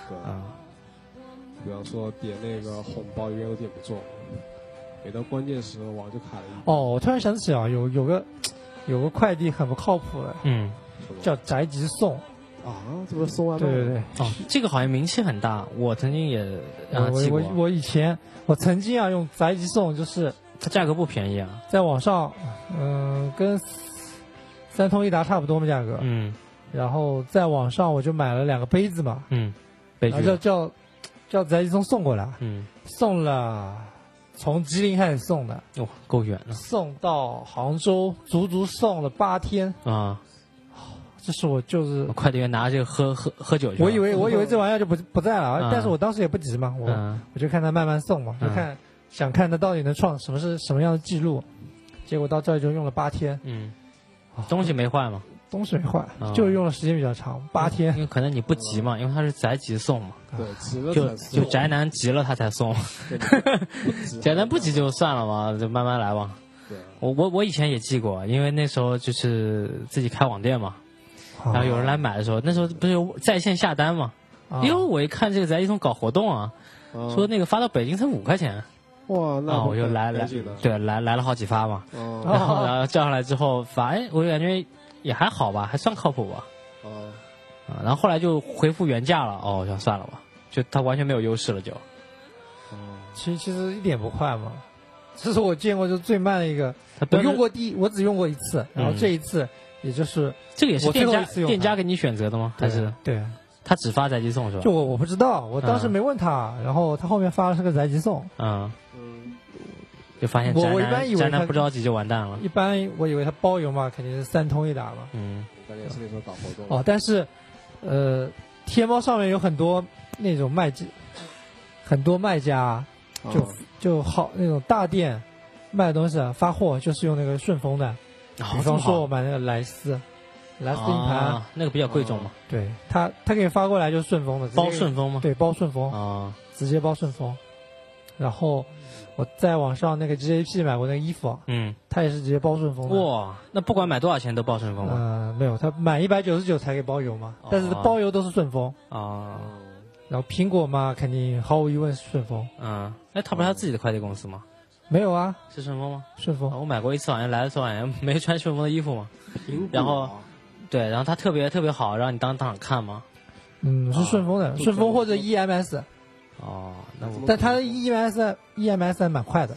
S6: 对
S4: 啊，
S6: 比方说点那个红包，永远都点不中，每到关键时候网就卡了一，
S5: 哦，我突然想起啊，有有个有个快递很不靠谱的，
S4: 嗯，
S6: 是吧
S5: 叫宅急送。
S6: 啊，这不是送外卖？
S5: 对对对，
S4: 哦，这个好像名气很大，我曾经也啊
S5: 我
S4: 寄过
S5: 我，我以前我曾经啊用宅急送，就是
S4: 它价格不便宜啊。
S5: 在网上，嗯、跟三通一达差不多嘛价格，
S4: 嗯
S5: 然后在网上我就买了两个杯子嘛，
S4: 嗯，悲
S5: 然后
S4: 剧
S5: 叫。叫叫宅急送送过来，
S4: 嗯，
S5: 送了从吉林开始送的，
S4: 哇，哦够远了
S5: 送到杭州，足足送了八天，
S4: 啊！
S5: 这是我就是
S4: 我。快递员拿着这个喝喝喝酒去了。
S5: 我以为我以为这玩意儿就不不在了，
S4: 嗯
S5: 但是我当时也不急嘛，我、
S4: 嗯
S5: 我就看他慢慢送嘛，就
S4: 嗯
S5: 看、想看他到底能创什么是什么样的记录。结果到这儿就用了八天，
S4: 嗯
S5: 啊，
S4: 东西没坏嘛，
S5: 东西没坏，
S4: 啊
S5: 就是用的时间比较长，八天
S4: 因。为可能你不急嘛，因为它是宅急送嘛，
S6: 对，急了
S4: 就
S6: 才送
S4: 就宅男急了他才送，
S6: 对 不急
S4: 宅男不急就算了嘛，就慢慢来嘛。
S6: 对啊
S4: 我我我以前也寄过，因为那时候就是自己开网店嘛，然嗯后有人来买的时候，那时候不是有在线下单嘛，
S5: 啊
S4: 因为我一看这个宅急送搞活动啊，
S6: 啊
S4: 说那个发到北京才五块钱，
S6: 哇，
S5: 哦
S6: 那
S4: 啊，我就 来来
S6: 赶紧的，
S4: 对来来了好几发嘛，
S6: 哦
S4: 然
S5: 啊
S4: 后然后叫上来之后，反正我感觉也还好吧，还算靠谱吧。
S6: 哦，
S4: 啊，然后后来就恢复原价了。哦，我想算了吧，就它完全没有优势了就，
S5: 其实其实一点不快嘛。这是我见过就最慢的一个，
S4: 它
S5: 我
S4: 标准
S5: 用过第一，我只用过一次，
S4: 嗯
S5: 然后这一次也就是
S4: 这个也是
S5: 我最
S4: 店
S5: 后
S4: 家
S5: 一次用
S4: 店
S5: 它
S4: 家给你选择的吗？还是
S5: 对，
S4: 他只发宅急送是吧？
S5: 就我我不知道，我当时
S4: 嗯
S5: 没问他，然后他后面发的是个宅急送，
S4: 嗯，
S6: 嗯，
S4: 就发现
S5: 我
S4: 宅
S5: 我一般
S4: 男
S5: 以为
S4: 宅男
S5: 它
S4: 不着急就完蛋了。
S5: 一般我以为他包邮嘛，肯定是三通一达嘛，
S4: 嗯，
S6: 大概是那时候搞活动
S5: 哦，但是，呃，天猫上面有很多那种卖家，很多卖家啊
S6: 啊
S5: 就就好那种大店卖东西啊，发货就是用那个顺丰的，
S4: 比
S5: 比方哦说我买那个莱斯，莱斯硬盘，
S4: 啊，那个比较贵重嘛，
S5: 对他他给你发过来就是顺丰的，直接
S4: 包顺丰嘛。
S5: 哦对包顺丰，
S4: 啊，
S5: 直接包顺丰。然后我在网上那个 GAP 买过那个衣服啊，
S4: 嗯，
S5: 它也是直接包顺丰的。
S4: 哇，那不管买多少钱都包顺丰嘛。
S5: 嗯、没有，它满一百九十九才给包邮嘛，但是
S4: 哦
S5: 包邮都是顺丰。
S4: 啊，
S5: 然后苹果嘛，肯定毫无疑问是顺丰。
S4: 嗯，哎，他不是他自己的快递公司吗？
S5: 没有啊，
S4: 是顺丰吗？
S5: 顺
S4: 啊
S5: 丰。
S4: 我买过一次，好像来的时候好像没穿顺丰的衣服嘛。
S6: 苹果
S4: 然后对，然后他特别特别好，让你当当场看嘛。
S5: 嗯，是顺丰
S4: 啊
S5: 的，顺丰或者 EMS，
S4: 哦，那我
S5: 但它的 E EMS EMS 还蛮快的，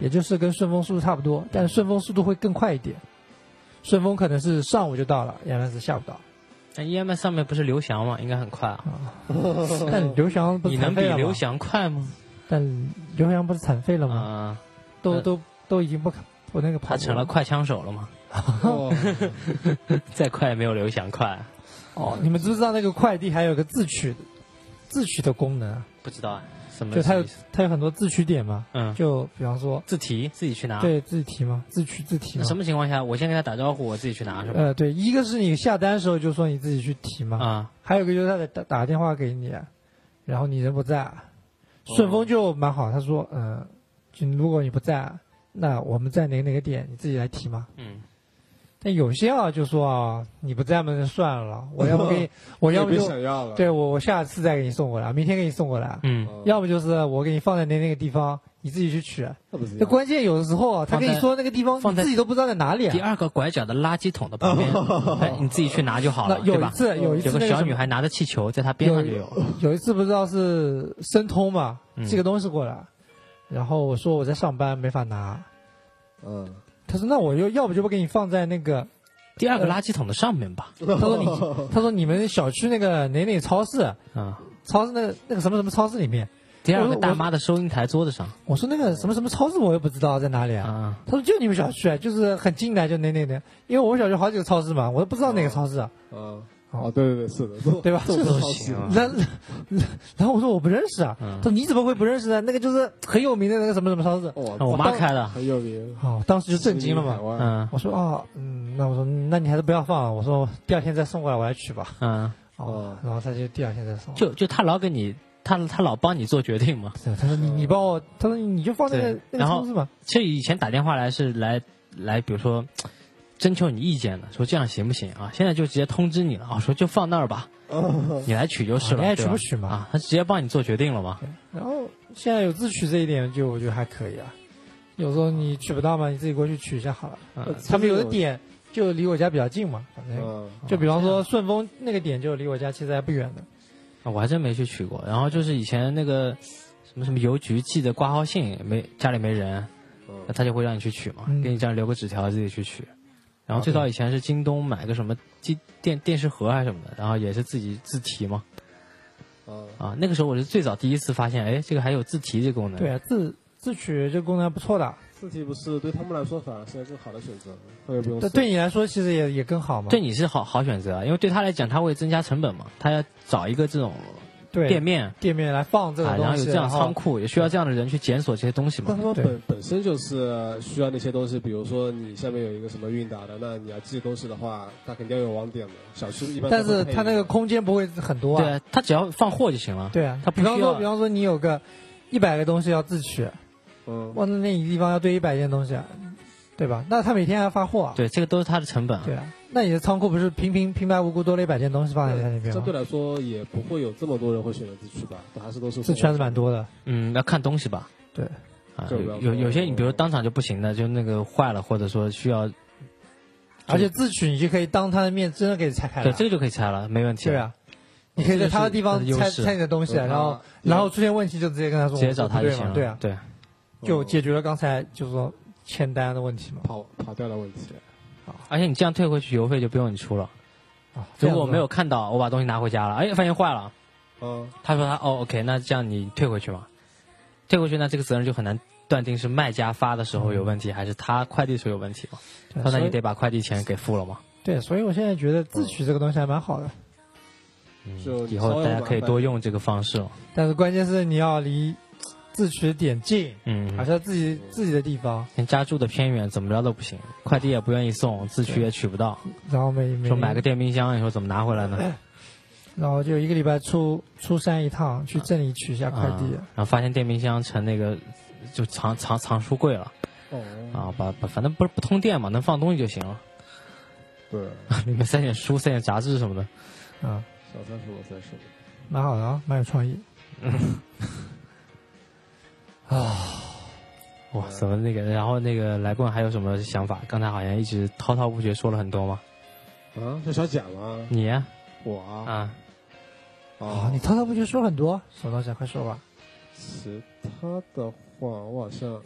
S5: 也
S4: 嗯
S5: 就是跟顺丰速度差不多，但是顺丰速度会更快一点。顺丰可能是上午就到了，EMS 下午到。
S4: 但 EMS E 上面不是刘翔嘛，应该很快啊。
S5: 但刘翔不
S4: 你
S5: 是
S4: 能
S5: 残
S4: 比
S5: 废了
S4: 刘
S5: 吗？嗯
S4: 翔快吗？
S5: 但刘翔不是残废了吗？
S4: 啊，
S5: 都
S4: 那
S5: 都都已经不可 不那个跑
S4: 他
S5: 步
S4: 成了快枪手了嘛，
S6: 哦
S4: 再快也没有刘翔快。啊
S5: 哦。你们知不知道那个快递还有个自取自取的功能啊？
S4: 不知道啊，什么
S5: 就它有
S4: 什么意思
S5: 它有很多自取点嘛，
S4: 嗯
S5: 就比方说
S4: 自提自己去拿。，
S5: 对，自己提嘛，自取自提嘛。
S4: 啊什？么情况下我先跟他打招呼，我自己去拿是吧？
S5: 呃，对，一个是你下单的时候就说你自己去提嘛，
S4: 啊，
S5: 还有一个就是他得打打电话给你，啊然后你人不在，啊
S4: 哦
S5: 顺丰就蛮好，他说，嗯、啊就如果你不在，那我们在哪个哪个点，你自己来提嘛。
S4: 嗯，
S5: 但有些啊，就说啊，你不在嘛，那算了，我要不 给你，我要不
S6: 别
S5: 就
S6: 想要了。
S5: 对我，我下次再给你送过来，明天给你送过来，
S4: 嗯，
S6: 嗯，
S5: 要不就是我给你放在那那个地方，你自己去取。
S6: 那不是一
S5: 那
S6: 样
S5: 关键有的时候啊，他
S4: 放在
S5: 跟你说那个地方，
S4: 放
S5: 你
S4: 在
S5: 自己都不知道在哪里啊。
S4: 第二个拐角的垃圾桶的旁 边，哎，你自己去拿就好
S5: 那
S4: 了，对
S5: 有一
S4: 吧？
S5: 次，有一次
S4: 有
S5: 那
S4: 个
S5: 什
S4: 小
S5: 么
S4: 女孩拿着气球，在她边上就有，
S5: 有一次不知道是申通嘛，
S4: 嗯
S5: 寄个东西过来，然后我说我在上班没法拿，
S6: 嗯，
S5: 他说那我就要不就不给你放在那 个，
S4: 第二个垃圾桶的上面吧，
S5: 他说你他说你们小区那个哪哪超市，
S4: 嗯，
S5: 超市那个那个什么什么超市里面，
S4: 第二个大妈的收银台桌子上，
S5: 我说那个什么什么超市我也不知道在哪里啊，
S4: 哦啊，
S5: 他说就你们小区啊，就是很近的就哪哪哪，因为我们小区好几个超市嘛，我都不知道哪个超市啊，
S6: 啊，
S5: 哦
S6: 哦，对对对，是的， 这种
S5: 对吧
S6: 这
S5: 这
S6: 种
S4: 都
S6: 超
S4: 行
S6: 市，
S4: 啊
S5: 然 然然后我说我不认识啊，
S4: 嗯
S5: 他说你怎么会不认识呢？那个就是很有名的那个什么什么超市，
S6: 哇，
S4: 哦我妈开的，
S6: 很有名，
S5: 哦，当时就震惊了嘛
S6: 海。湾，
S4: 嗯
S5: 我说哦，嗯，那我说那你还是不要放啊了，我说第二天再送过来我来取吧。
S4: 嗯，
S5: 哦
S6: 哦，
S5: 然后他就第二天再送。
S4: 就就她老给你，她她老帮你做决定嘛。
S5: 对他说你你帮我，他说你就放那个
S4: 对
S5: 那个
S4: 然后
S5: 超市吧。
S4: 其实以前打电话来是来来，比如说征求你意见的，说这样行不行啊？现在就直接通知你了，啊，说就放那儿吧，哦你来取嗯就是了，
S5: 啊你爱
S4: 对
S5: 取
S4: 吧
S5: 不取嘛
S4: 啊，他直接帮你做决定了嘛。
S5: 然后现在有自取这一点就我觉得还可以啊，有时候你取不到嘛，你自己过去取一下好了。
S4: 嗯
S6: 呃
S5: 他们有的，点就离我家比较近嘛，反
S4: 哦
S5: 正
S6: 嗯，
S5: 就比方说顺丰那个点就离我家其实还不远的。
S4: 啊我还真没去取过。然后就是以前那个什么什么邮局寄的挂号信，没家里没人，那
S6: 嗯
S4: 他就会让你去取嘛，
S5: 嗯
S4: 给你这样留个纸条自己去取。然后最早以前是京东买个什么机电电视盒还是什么的，然后也是自己自提嘛。
S6: 嗯，
S4: 啊，那个时候我是最早第一次发现，哎，这个还有自提这功能。
S5: 对，啊，自自取这功能还不错的，
S6: 自己不是对他们来说反而是更好的选择，特别不用
S5: 对
S6: 思，
S5: 对你来说其实也也更好嘛。
S4: 对你是好好选择啊，因为对他来讲，他会增加成本嘛，他要找一个这种
S5: 对
S4: 店面啊，
S5: 店面来放这个
S4: 然
S5: 东
S4: 后有
S5: 西，
S4: 这样仓库，也需要这样的人去检索这些东西
S6: 但
S4: 嘛
S6: 他。们
S5: 对
S6: 本本身就是需要那些东西，比如说你下面有一个什么韵达的，那你要寄东西的话，它肯定要有网点的。小区一般都
S5: 但
S6: 会配一
S5: 是
S6: 个，
S5: 它那个空间不会很多
S4: 对
S5: 啊。
S4: 啊，他只要放货就行了。
S5: 对啊，
S4: 它不
S5: 比
S4: 需
S5: 方说，
S4: 要
S5: 比方说你有个一百个东西要自取，
S6: 嗯，
S5: 哇，那那一个地方要堆一百件东西啊，对吧？那他每天还要发货啊。
S4: 对，这个都是他的成本啊。
S5: 对啊，那你的仓库不是平平平白无故多了一百件东西放在那里边
S6: 相
S5: 吗
S6: 对？来说也不会有这么多人会选择自取吧，还是都是
S5: 自取还是蛮多的。
S4: 嗯，要看东西吧。
S5: 对，
S4: 啊，
S6: 这
S4: 有
S6: 个不
S4: 有
S6: 要说
S4: 有些你比如当场就不行的，就那个坏了，或者说需要，
S5: 而且自取你就可以当他的面真的给拆开
S4: 对
S5: 了，
S4: 这个就可以拆了，没问题。
S5: 对啊，你可以在他的地方
S4: 这就是
S5: 拆
S4: 优势啊
S5: 拆你的东西，啊
S6: 嗯
S5: 然后
S6: 嗯
S5: 然后出现问题就直接跟他说，
S4: 直接找他
S5: 我
S4: 就
S5: 说不
S4: 行
S5: 对嘛
S4: 了。嗯
S5: 对啊，
S4: 对，
S5: 就解决了刚才就是说签单的问题嘛。
S6: 嗯跑跑掉的问题。
S4: 而且你这样退回去，邮费就不用你出了。
S5: 啊，这
S4: 如
S5: 样
S4: 果
S5: 子
S4: 没有看到，我把东西拿回家了，哎，发现坏了，
S6: 嗯，
S4: 他说他哦，OK，那这样你退回去嘛？退回去，那这个责任就很难断定是卖家发的时候有问题，还是他快递时候有问题嘛？
S5: 嗯对
S4: 那
S5: 所
S4: 你
S5: 以
S4: 得把快递钱给付了嘛？
S5: 对，所以我现在觉得自取这个东西还蛮好的，
S6: 就
S4: 嗯以后大家可以多用这个方式了。
S5: 但是关键是你要离自取的点近，而
S4: 嗯，
S5: 且自己自己的地方，
S4: 像家住的偏远，怎么着都不行，快递也不愿意送，自取也取不到。
S5: 然后每每
S4: 说买个，电冰箱，以后怎么拿回来 呢？
S5: 然后就一个礼拜出出山一趟，去镇里取一下快
S4: 啊
S5: 递。
S4: 然后发现电冰箱成那个就藏藏藏书柜了
S6: 哦，
S4: 啊，把把反正不是不通电嘛，能放东西就行了，
S6: 对，
S4: 里面塞点书、塞点杂志什么的。
S5: 啊，
S6: 小三十我三十，
S5: 蛮好的啊，蛮有创意。
S4: 哇，怎么那个？然后那个来棍还有什么想法？刚才好像一直滔滔不绝说了很多嘛。
S6: 啊，是小贾吗？
S4: 你啊，
S6: 我啊，
S4: 啊
S5: 啊，
S4: 哦
S6: 啊
S5: 嗯你，滔滔不绝说很多，什么东西啊快说吧。
S6: 其他的话我好像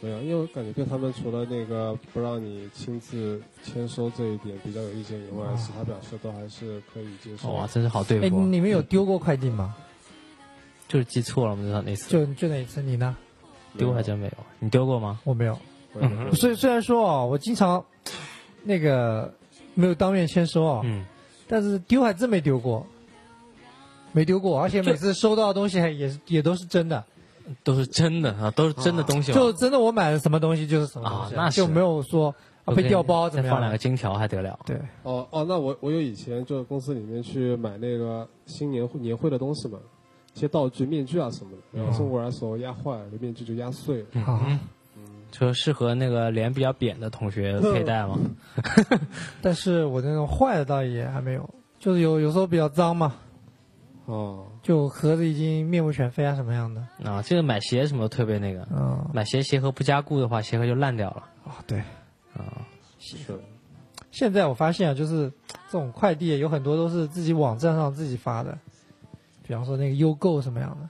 S6: 没有，因为我感觉对他们除了那个不让你亲自签收这一点比较有意见以外，其他表示都还是可以接受。
S4: 哇，真是好对
S5: 哎，
S4: 付啊，
S5: 你们有丢过快递吗？
S4: 就是记错了嘛，那次
S5: 就就那一次，你呢？
S6: 没有
S4: 丢还真没有。啊你丢过吗？
S5: 我没有。
S6: 没有没有没有
S5: 虽虽然说哦，我经常那个没有当面签收哦，
S4: 嗯，
S5: 但是丢还真没丢过，没丢过，而且每次收到的东西还也是也都是真的，
S4: 都是真的啊，都是真的东西嘛。
S5: 就真的我买了什么东西就是什么东西，
S4: 啊那是
S5: 就没有说、啊、
S4: 我
S5: 被
S4: 给你
S5: 调包怎么
S4: 再
S5: 样。
S4: 放两个金条还得了？
S5: 对，
S6: 哦哦，那我我有以前就公司里面去买那个新年会年会的东西嘛，一些道具、面具啊什么的，然后送过来的时候压坏了，面具就压碎了。
S5: 好、
S4: 嗯，
S6: 嗯，
S4: 说适合那个脸比较扁的同学
S5: 嗯
S4: 佩戴吗？
S5: 但是我那种坏的倒也还没有，就是有有时候比较脏嘛，
S6: 哦，
S5: 就盒子已经面目全非啊什么样的。
S4: 啊，这个买鞋什么的特别那个，
S5: 嗯
S4: 买鞋鞋盒不加固的话，鞋盒就烂掉了。
S5: 啊，对。
S6: 是
S5: 现在我发现啊，就是这种快递啊有很多都是自己网站上自己发的，比方说那个优购什么样的，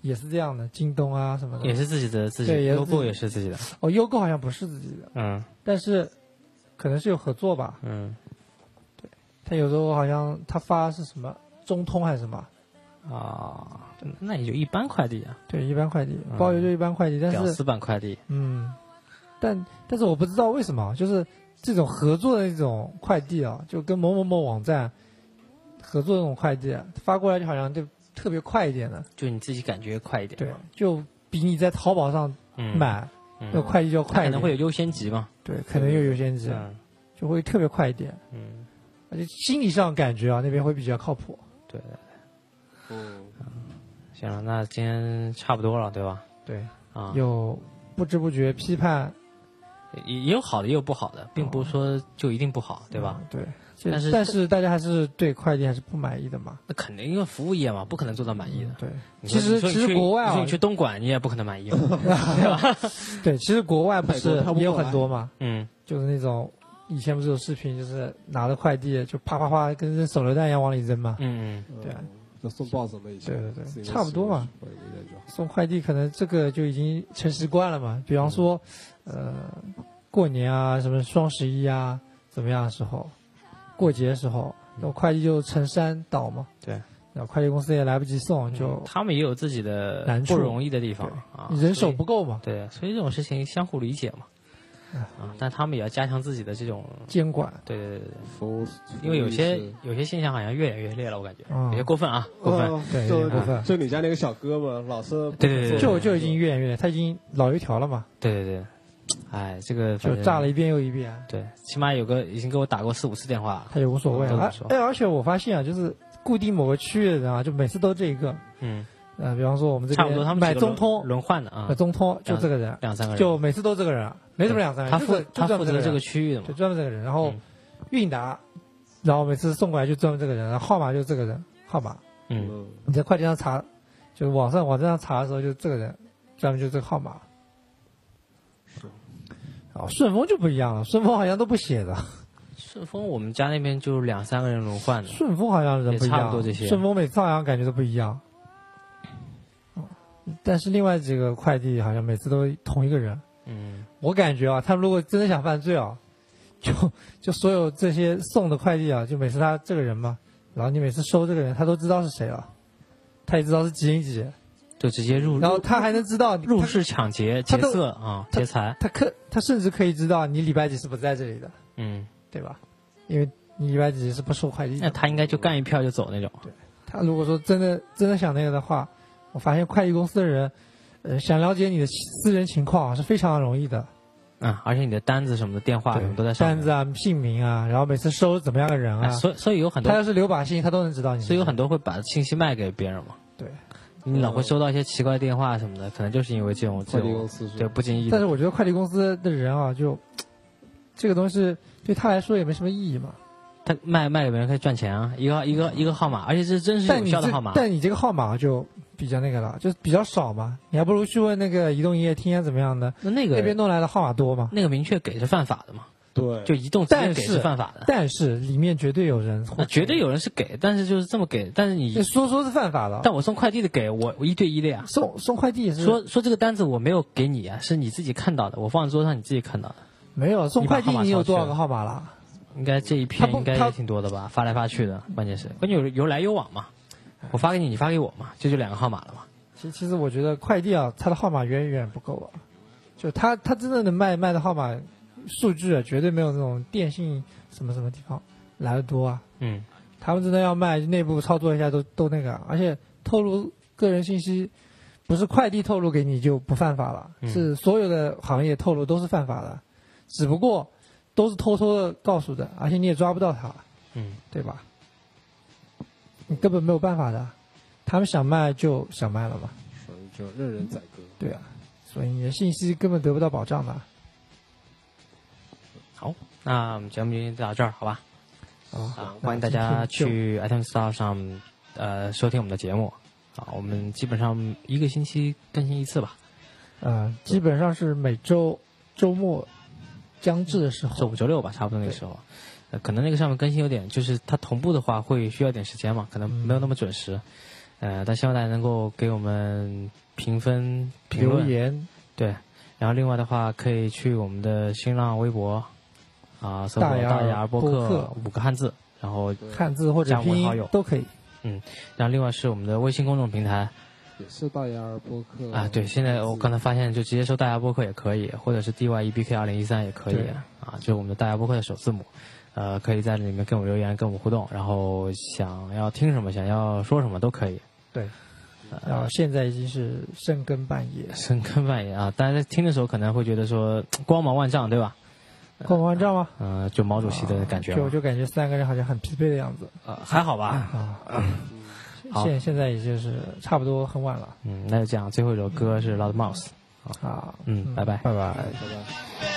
S5: 也是这样的，京东啊什么的。
S4: 也是自己的自己
S5: 对也是
S4: logo
S5: 自己
S4: 也是自己的，
S5: 哦，优购好像不是自己的，
S4: 嗯
S5: 但是可能是有合作吧。
S4: 嗯
S5: 他有时候好像他发是什么中通还是什么，
S4: 啊，那也就一般快递啊，
S5: 对，一般快递包邮就一般快递，但
S4: 屌
S5: 是
S4: 丝版快递，
S5: 嗯，但但是我不知道为什么，就是这种合作的这种快递啊，就跟某某某网站合作的这种快递啊发过来，就好像就特别快一点的，
S4: 就你自己感觉快一点
S5: 对
S4: 嘛，，
S5: 就比你在淘宝上
S4: 嗯，
S5: 买
S4: 嗯
S5: 那快递就
S4: 它
S5: 快
S4: 可
S5: 一
S4: 能会
S5: 点，
S4: 有优先级嘛，
S5: 对，可能有优先级，
S4: 嗯
S5: 就会特别快一点，
S4: 嗯，
S5: 而且心理上感觉啊那边会比较靠谱。
S4: 对，
S6: 嗯，
S4: 行了，那今天差不多了，对吧？
S5: 对，
S4: 啊，
S5: 有不知不觉批判，
S4: 也也有好的，也有不好的，并不是说就一定不好，对吧？
S5: 哦嗯？对。就
S4: 但是
S5: 但是大家还是对快递还是不满意的嘛？
S4: 那肯定，因为服务业嘛，不可能做到满意的。
S5: 对，
S4: 你
S5: 嗯其
S4: 说
S5: 实
S4: 你说
S5: 其
S4: 你
S5: 实
S4: 去
S5: 国外
S4: 你说
S5: 啊
S4: 你，去东莞，你也不可能满意 嘛。
S5: 对，其实国外不
S6: 泰国
S5: 是
S6: 他不过来
S5: 也有很多嘛，
S4: 嗯，
S5: 就是那种以前不是有视频，就是拿着快递就啪啪啪跟扔手榴弹一样往里扔嘛。
S4: 嗯，
S5: 对啊
S6: 那送报纸嘛以前，
S5: 对对对
S6: 自己的
S5: 差不多嘛
S6: 习惯有点就好，
S5: 送快递可能这个就已经成习惯了嘛。比方说，呃，过年啊，什么双十一啊，怎么样的时候，过节的时候，那快递就成山倒嘛。
S4: 嗯对，
S5: 然后快递公司也来不及送，就
S4: 嗯他们也有自己的
S5: 难
S4: 不
S5: 处
S4: 容易的地方
S5: 对
S4: 啊，
S5: 你人手
S4: 所以
S5: 不够嘛，
S4: 对，所以这种事情相互理解嘛。
S5: 嗯
S4: 啊，但他们也要加强自己的这种，
S5: 监管。
S4: 对对对对
S6: 服
S4: 对，因为有些
S6: 服务意识
S4: 有些现象好像越演越烈了，我感觉
S5: 嗯
S4: 有些过分啊，过分。
S6: 哦
S5: 对
S6: 就
S5: 有点过分
S6: 就你家那个小哥嘛，老是
S4: 对对对
S5: 就就已经越演越烈，他已经老油条了嘛，
S4: 对对对，哎，这个反
S5: 就
S4: 正
S5: 炸了一遍又一遍。
S4: 对，起码有个已经给我打过四五次电话了。
S5: 他也无所谓
S4: 嗯
S5: 了。
S4: 都无所
S5: 哎，
S4: 谓
S5: 哎而且我发现啊，就是固定某个区域的人啊，就每次都这一个。
S4: 嗯，
S5: 呃，比方说我们这
S4: 差不多他们
S5: 边买
S4: 几个
S5: 中
S4: 轮
S5: 通，呃
S4: 轮换的啊
S5: 买，中通就这个人，
S4: 两三个人，
S5: 就每次都这个人，啊没什么两三个
S4: 他
S5: 人，就
S4: 负
S5: 是
S4: 他
S5: 就专
S4: 负
S5: 门
S4: 责这个
S5: 人，啊
S4: 区域的嘛
S5: 就，专门这个人。然后
S4: 嗯
S5: 韵达，然后每次送过来就专门这个人，然后号码就是这个人号码。
S4: 嗯，
S6: 嗯，
S5: 你在快递上查，就是网上网站上查的时候，就这个人专门就这个号码。哦，顺丰就不一样了，顺丰好像都不写的，
S4: 顺丰我们家那边就两三个人轮换的，
S5: 顺丰好像人不
S4: 也
S5: 一
S4: 差不
S5: 样
S4: 多这，些
S5: 顺丰每次好像感觉都不一样。嗯但是另外几个快递好像每次都同一个人，
S4: 嗯，
S5: 我感觉啊，他们如果真的想犯罪啊，就就所有这些送的快递啊，就每次他这个人嘛，然后你每次收这个人，他都知道是谁了，他也知道是几零几，
S4: 就直接入
S5: 然后他还能知道
S4: 入室抢劫劫
S5: 他都
S4: 色啊，
S5: 他
S4: 劫财，
S5: 他可他甚至可以知道你礼拜几是不在这里的，
S4: 嗯，
S5: 对吧？因为你礼拜几是不收快递的
S4: 那。他应该就干一票就走那种，
S5: 他如果说真的真的想那个的话，我发现快递公司的人，呃，想了解你的私人情况啊是非常容易的。
S4: 嗯，而且你的单子什么的电话什么都在上面
S5: 单子啊、姓名啊，然后每次收怎么样个人
S4: 哎
S5: 啊，
S4: 所以所以有很
S5: 他
S4: 多，
S5: 要是留把信，他都能知道你是谁。
S4: 所以有很多会把信息卖给别人嘛，
S5: 对，嗯
S4: 你老会收到一些奇怪的电话什么的，可能就是因为这种这
S6: 快递公
S4: 种
S6: 司是
S4: 对不经意
S5: 但
S4: 的
S5: 是，我觉得快递公司的人啊，就这个东西对他来说也没什么意义嘛。
S4: 他卖卖给别人可以赚钱啊，一个一个一个号码，而且这真是
S5: 但
S4: 有
S5: 你
S4: 效
S5: 这
S4: 的号码，
S5: 但你这个号码就比较那个了，就是比较少嘛。你还不如去问那个移动营业厅啊怎么样的，
S4: 那那
S5: 那边
S4: 个
S5: 弄来的号码多嘛。
S4: 那个明确给是犯法的嘛，
S6: 对，
S4: 就移动直接
S5: 但
S4: 给
S5: 是
S4: 是犯法的，
S5: 但是里面绝对有人
S4: 那，啊绝对有人是给，但是就是这么给，但是你
S5: 那说说是犯法的，
S4: 但我送快递的给我我一对一的呀。
S5: 送送快递是
S4: 说说这个单子我没有给你啊，是你自己看到的，我放在桌上你自己看到的。
S5: 没有送快
S4: 你把号
S5: 递，
S4: 码
S5: 你有
S4: 抄去
S5: 多少个号码啦？
S4: 应该这一
S5: 他
S4: 篇
S5: 不
S4: 应该
S5: 他嗯
S4: 也挺多的吧，发来发去的，关键是关键有有来有往嘛，我发给你，你发给我嘛，这就两个号码了嘛。
S5: 其其实我觉得快递啊，它的号码远远不够啊，就它它真正的卖卖的号码数据啊，绝对没有那种电信什么什么地方来的多啊。
S4: 嗯，
S5: 他们真的要卖，内部操作一下都都那个啊，而且透露个人信息，不是快递透露给你就不犯法了，
S4: 嗯
S5: 是所有的行业透露都是犯法的，只不过都是偷偷的告诉的，而且你也抓不到他，
S4: 嗯，
S5: 对吧？你根本没有办法的，他们想卖就想卖了嘛，
S6: 所以就任人宰割。
S5: 对啊，所以你的信息根本得不到保障的。
S4: 好，那我们节目就到这儿，好吧？啊
S5: 啊，，
S4: 欢迎大家去 iTunes Store 上呃收听我们的节目啊，我们基本上一个星期更新一次吧，
S5: 呃，基本上是每周周末将至的时
S4: 周
S5: 候
S4: 五、，周六吧，差不多那个时候。呃可能那个上面更新有点，就是它同步的话会需要点时间嘛，可能没有那么准时。呃，但希望大家能够给我们评分、评
S5: 留
S4: 论，
S5: 言
S4: 对，然后另外的话，可以去我们的新浪微博啊、搜索
S5: 大牙
S4: 大牙播
S5: 播客
S4: 五个汉字，然后
S5: 汉字或者
S4: 加我
S5: 拼
S4: 好友
S5: 音都可以。
S4: 然后另外是我们的微信公众平台
S8: 也是大牙儿播
S5: 嗯
S8: 客
S4: 啊，对，现在我刚才发现就直接搜大牙播客也可以，或者是 D Y E B K 二零一三也可以
S5: 对
S4: 啊，就是我们的大牙播客的首字母。呃，可以在里面跟我们留言，跟我们互动，然后想要听什么，想要说什么都可以，
S5: 对，
S4: 呃
S5: 然后现在已经是深更半夜，
S4: 深更半夜啊！大家在听的时候可能会觉得说光芒万丈，对吧？
S5: 逛完账吗？
S4: 嗯、就毛主席的感觉嘛
S5: 就就感觉三个人好像很疲惫的样子
S4: 呃还好吧？
S5: 啊。
S4: 好
S5: 现现在已经是差不多很晚了
S4: 嗯，那就这样，最后一首歌是 Loud Mouse。
S5: 啊。
S4: 嗯，拜拜。
S5: 拜
S8: 拜
S5: 拜。
S8: 拜。
S2: 飞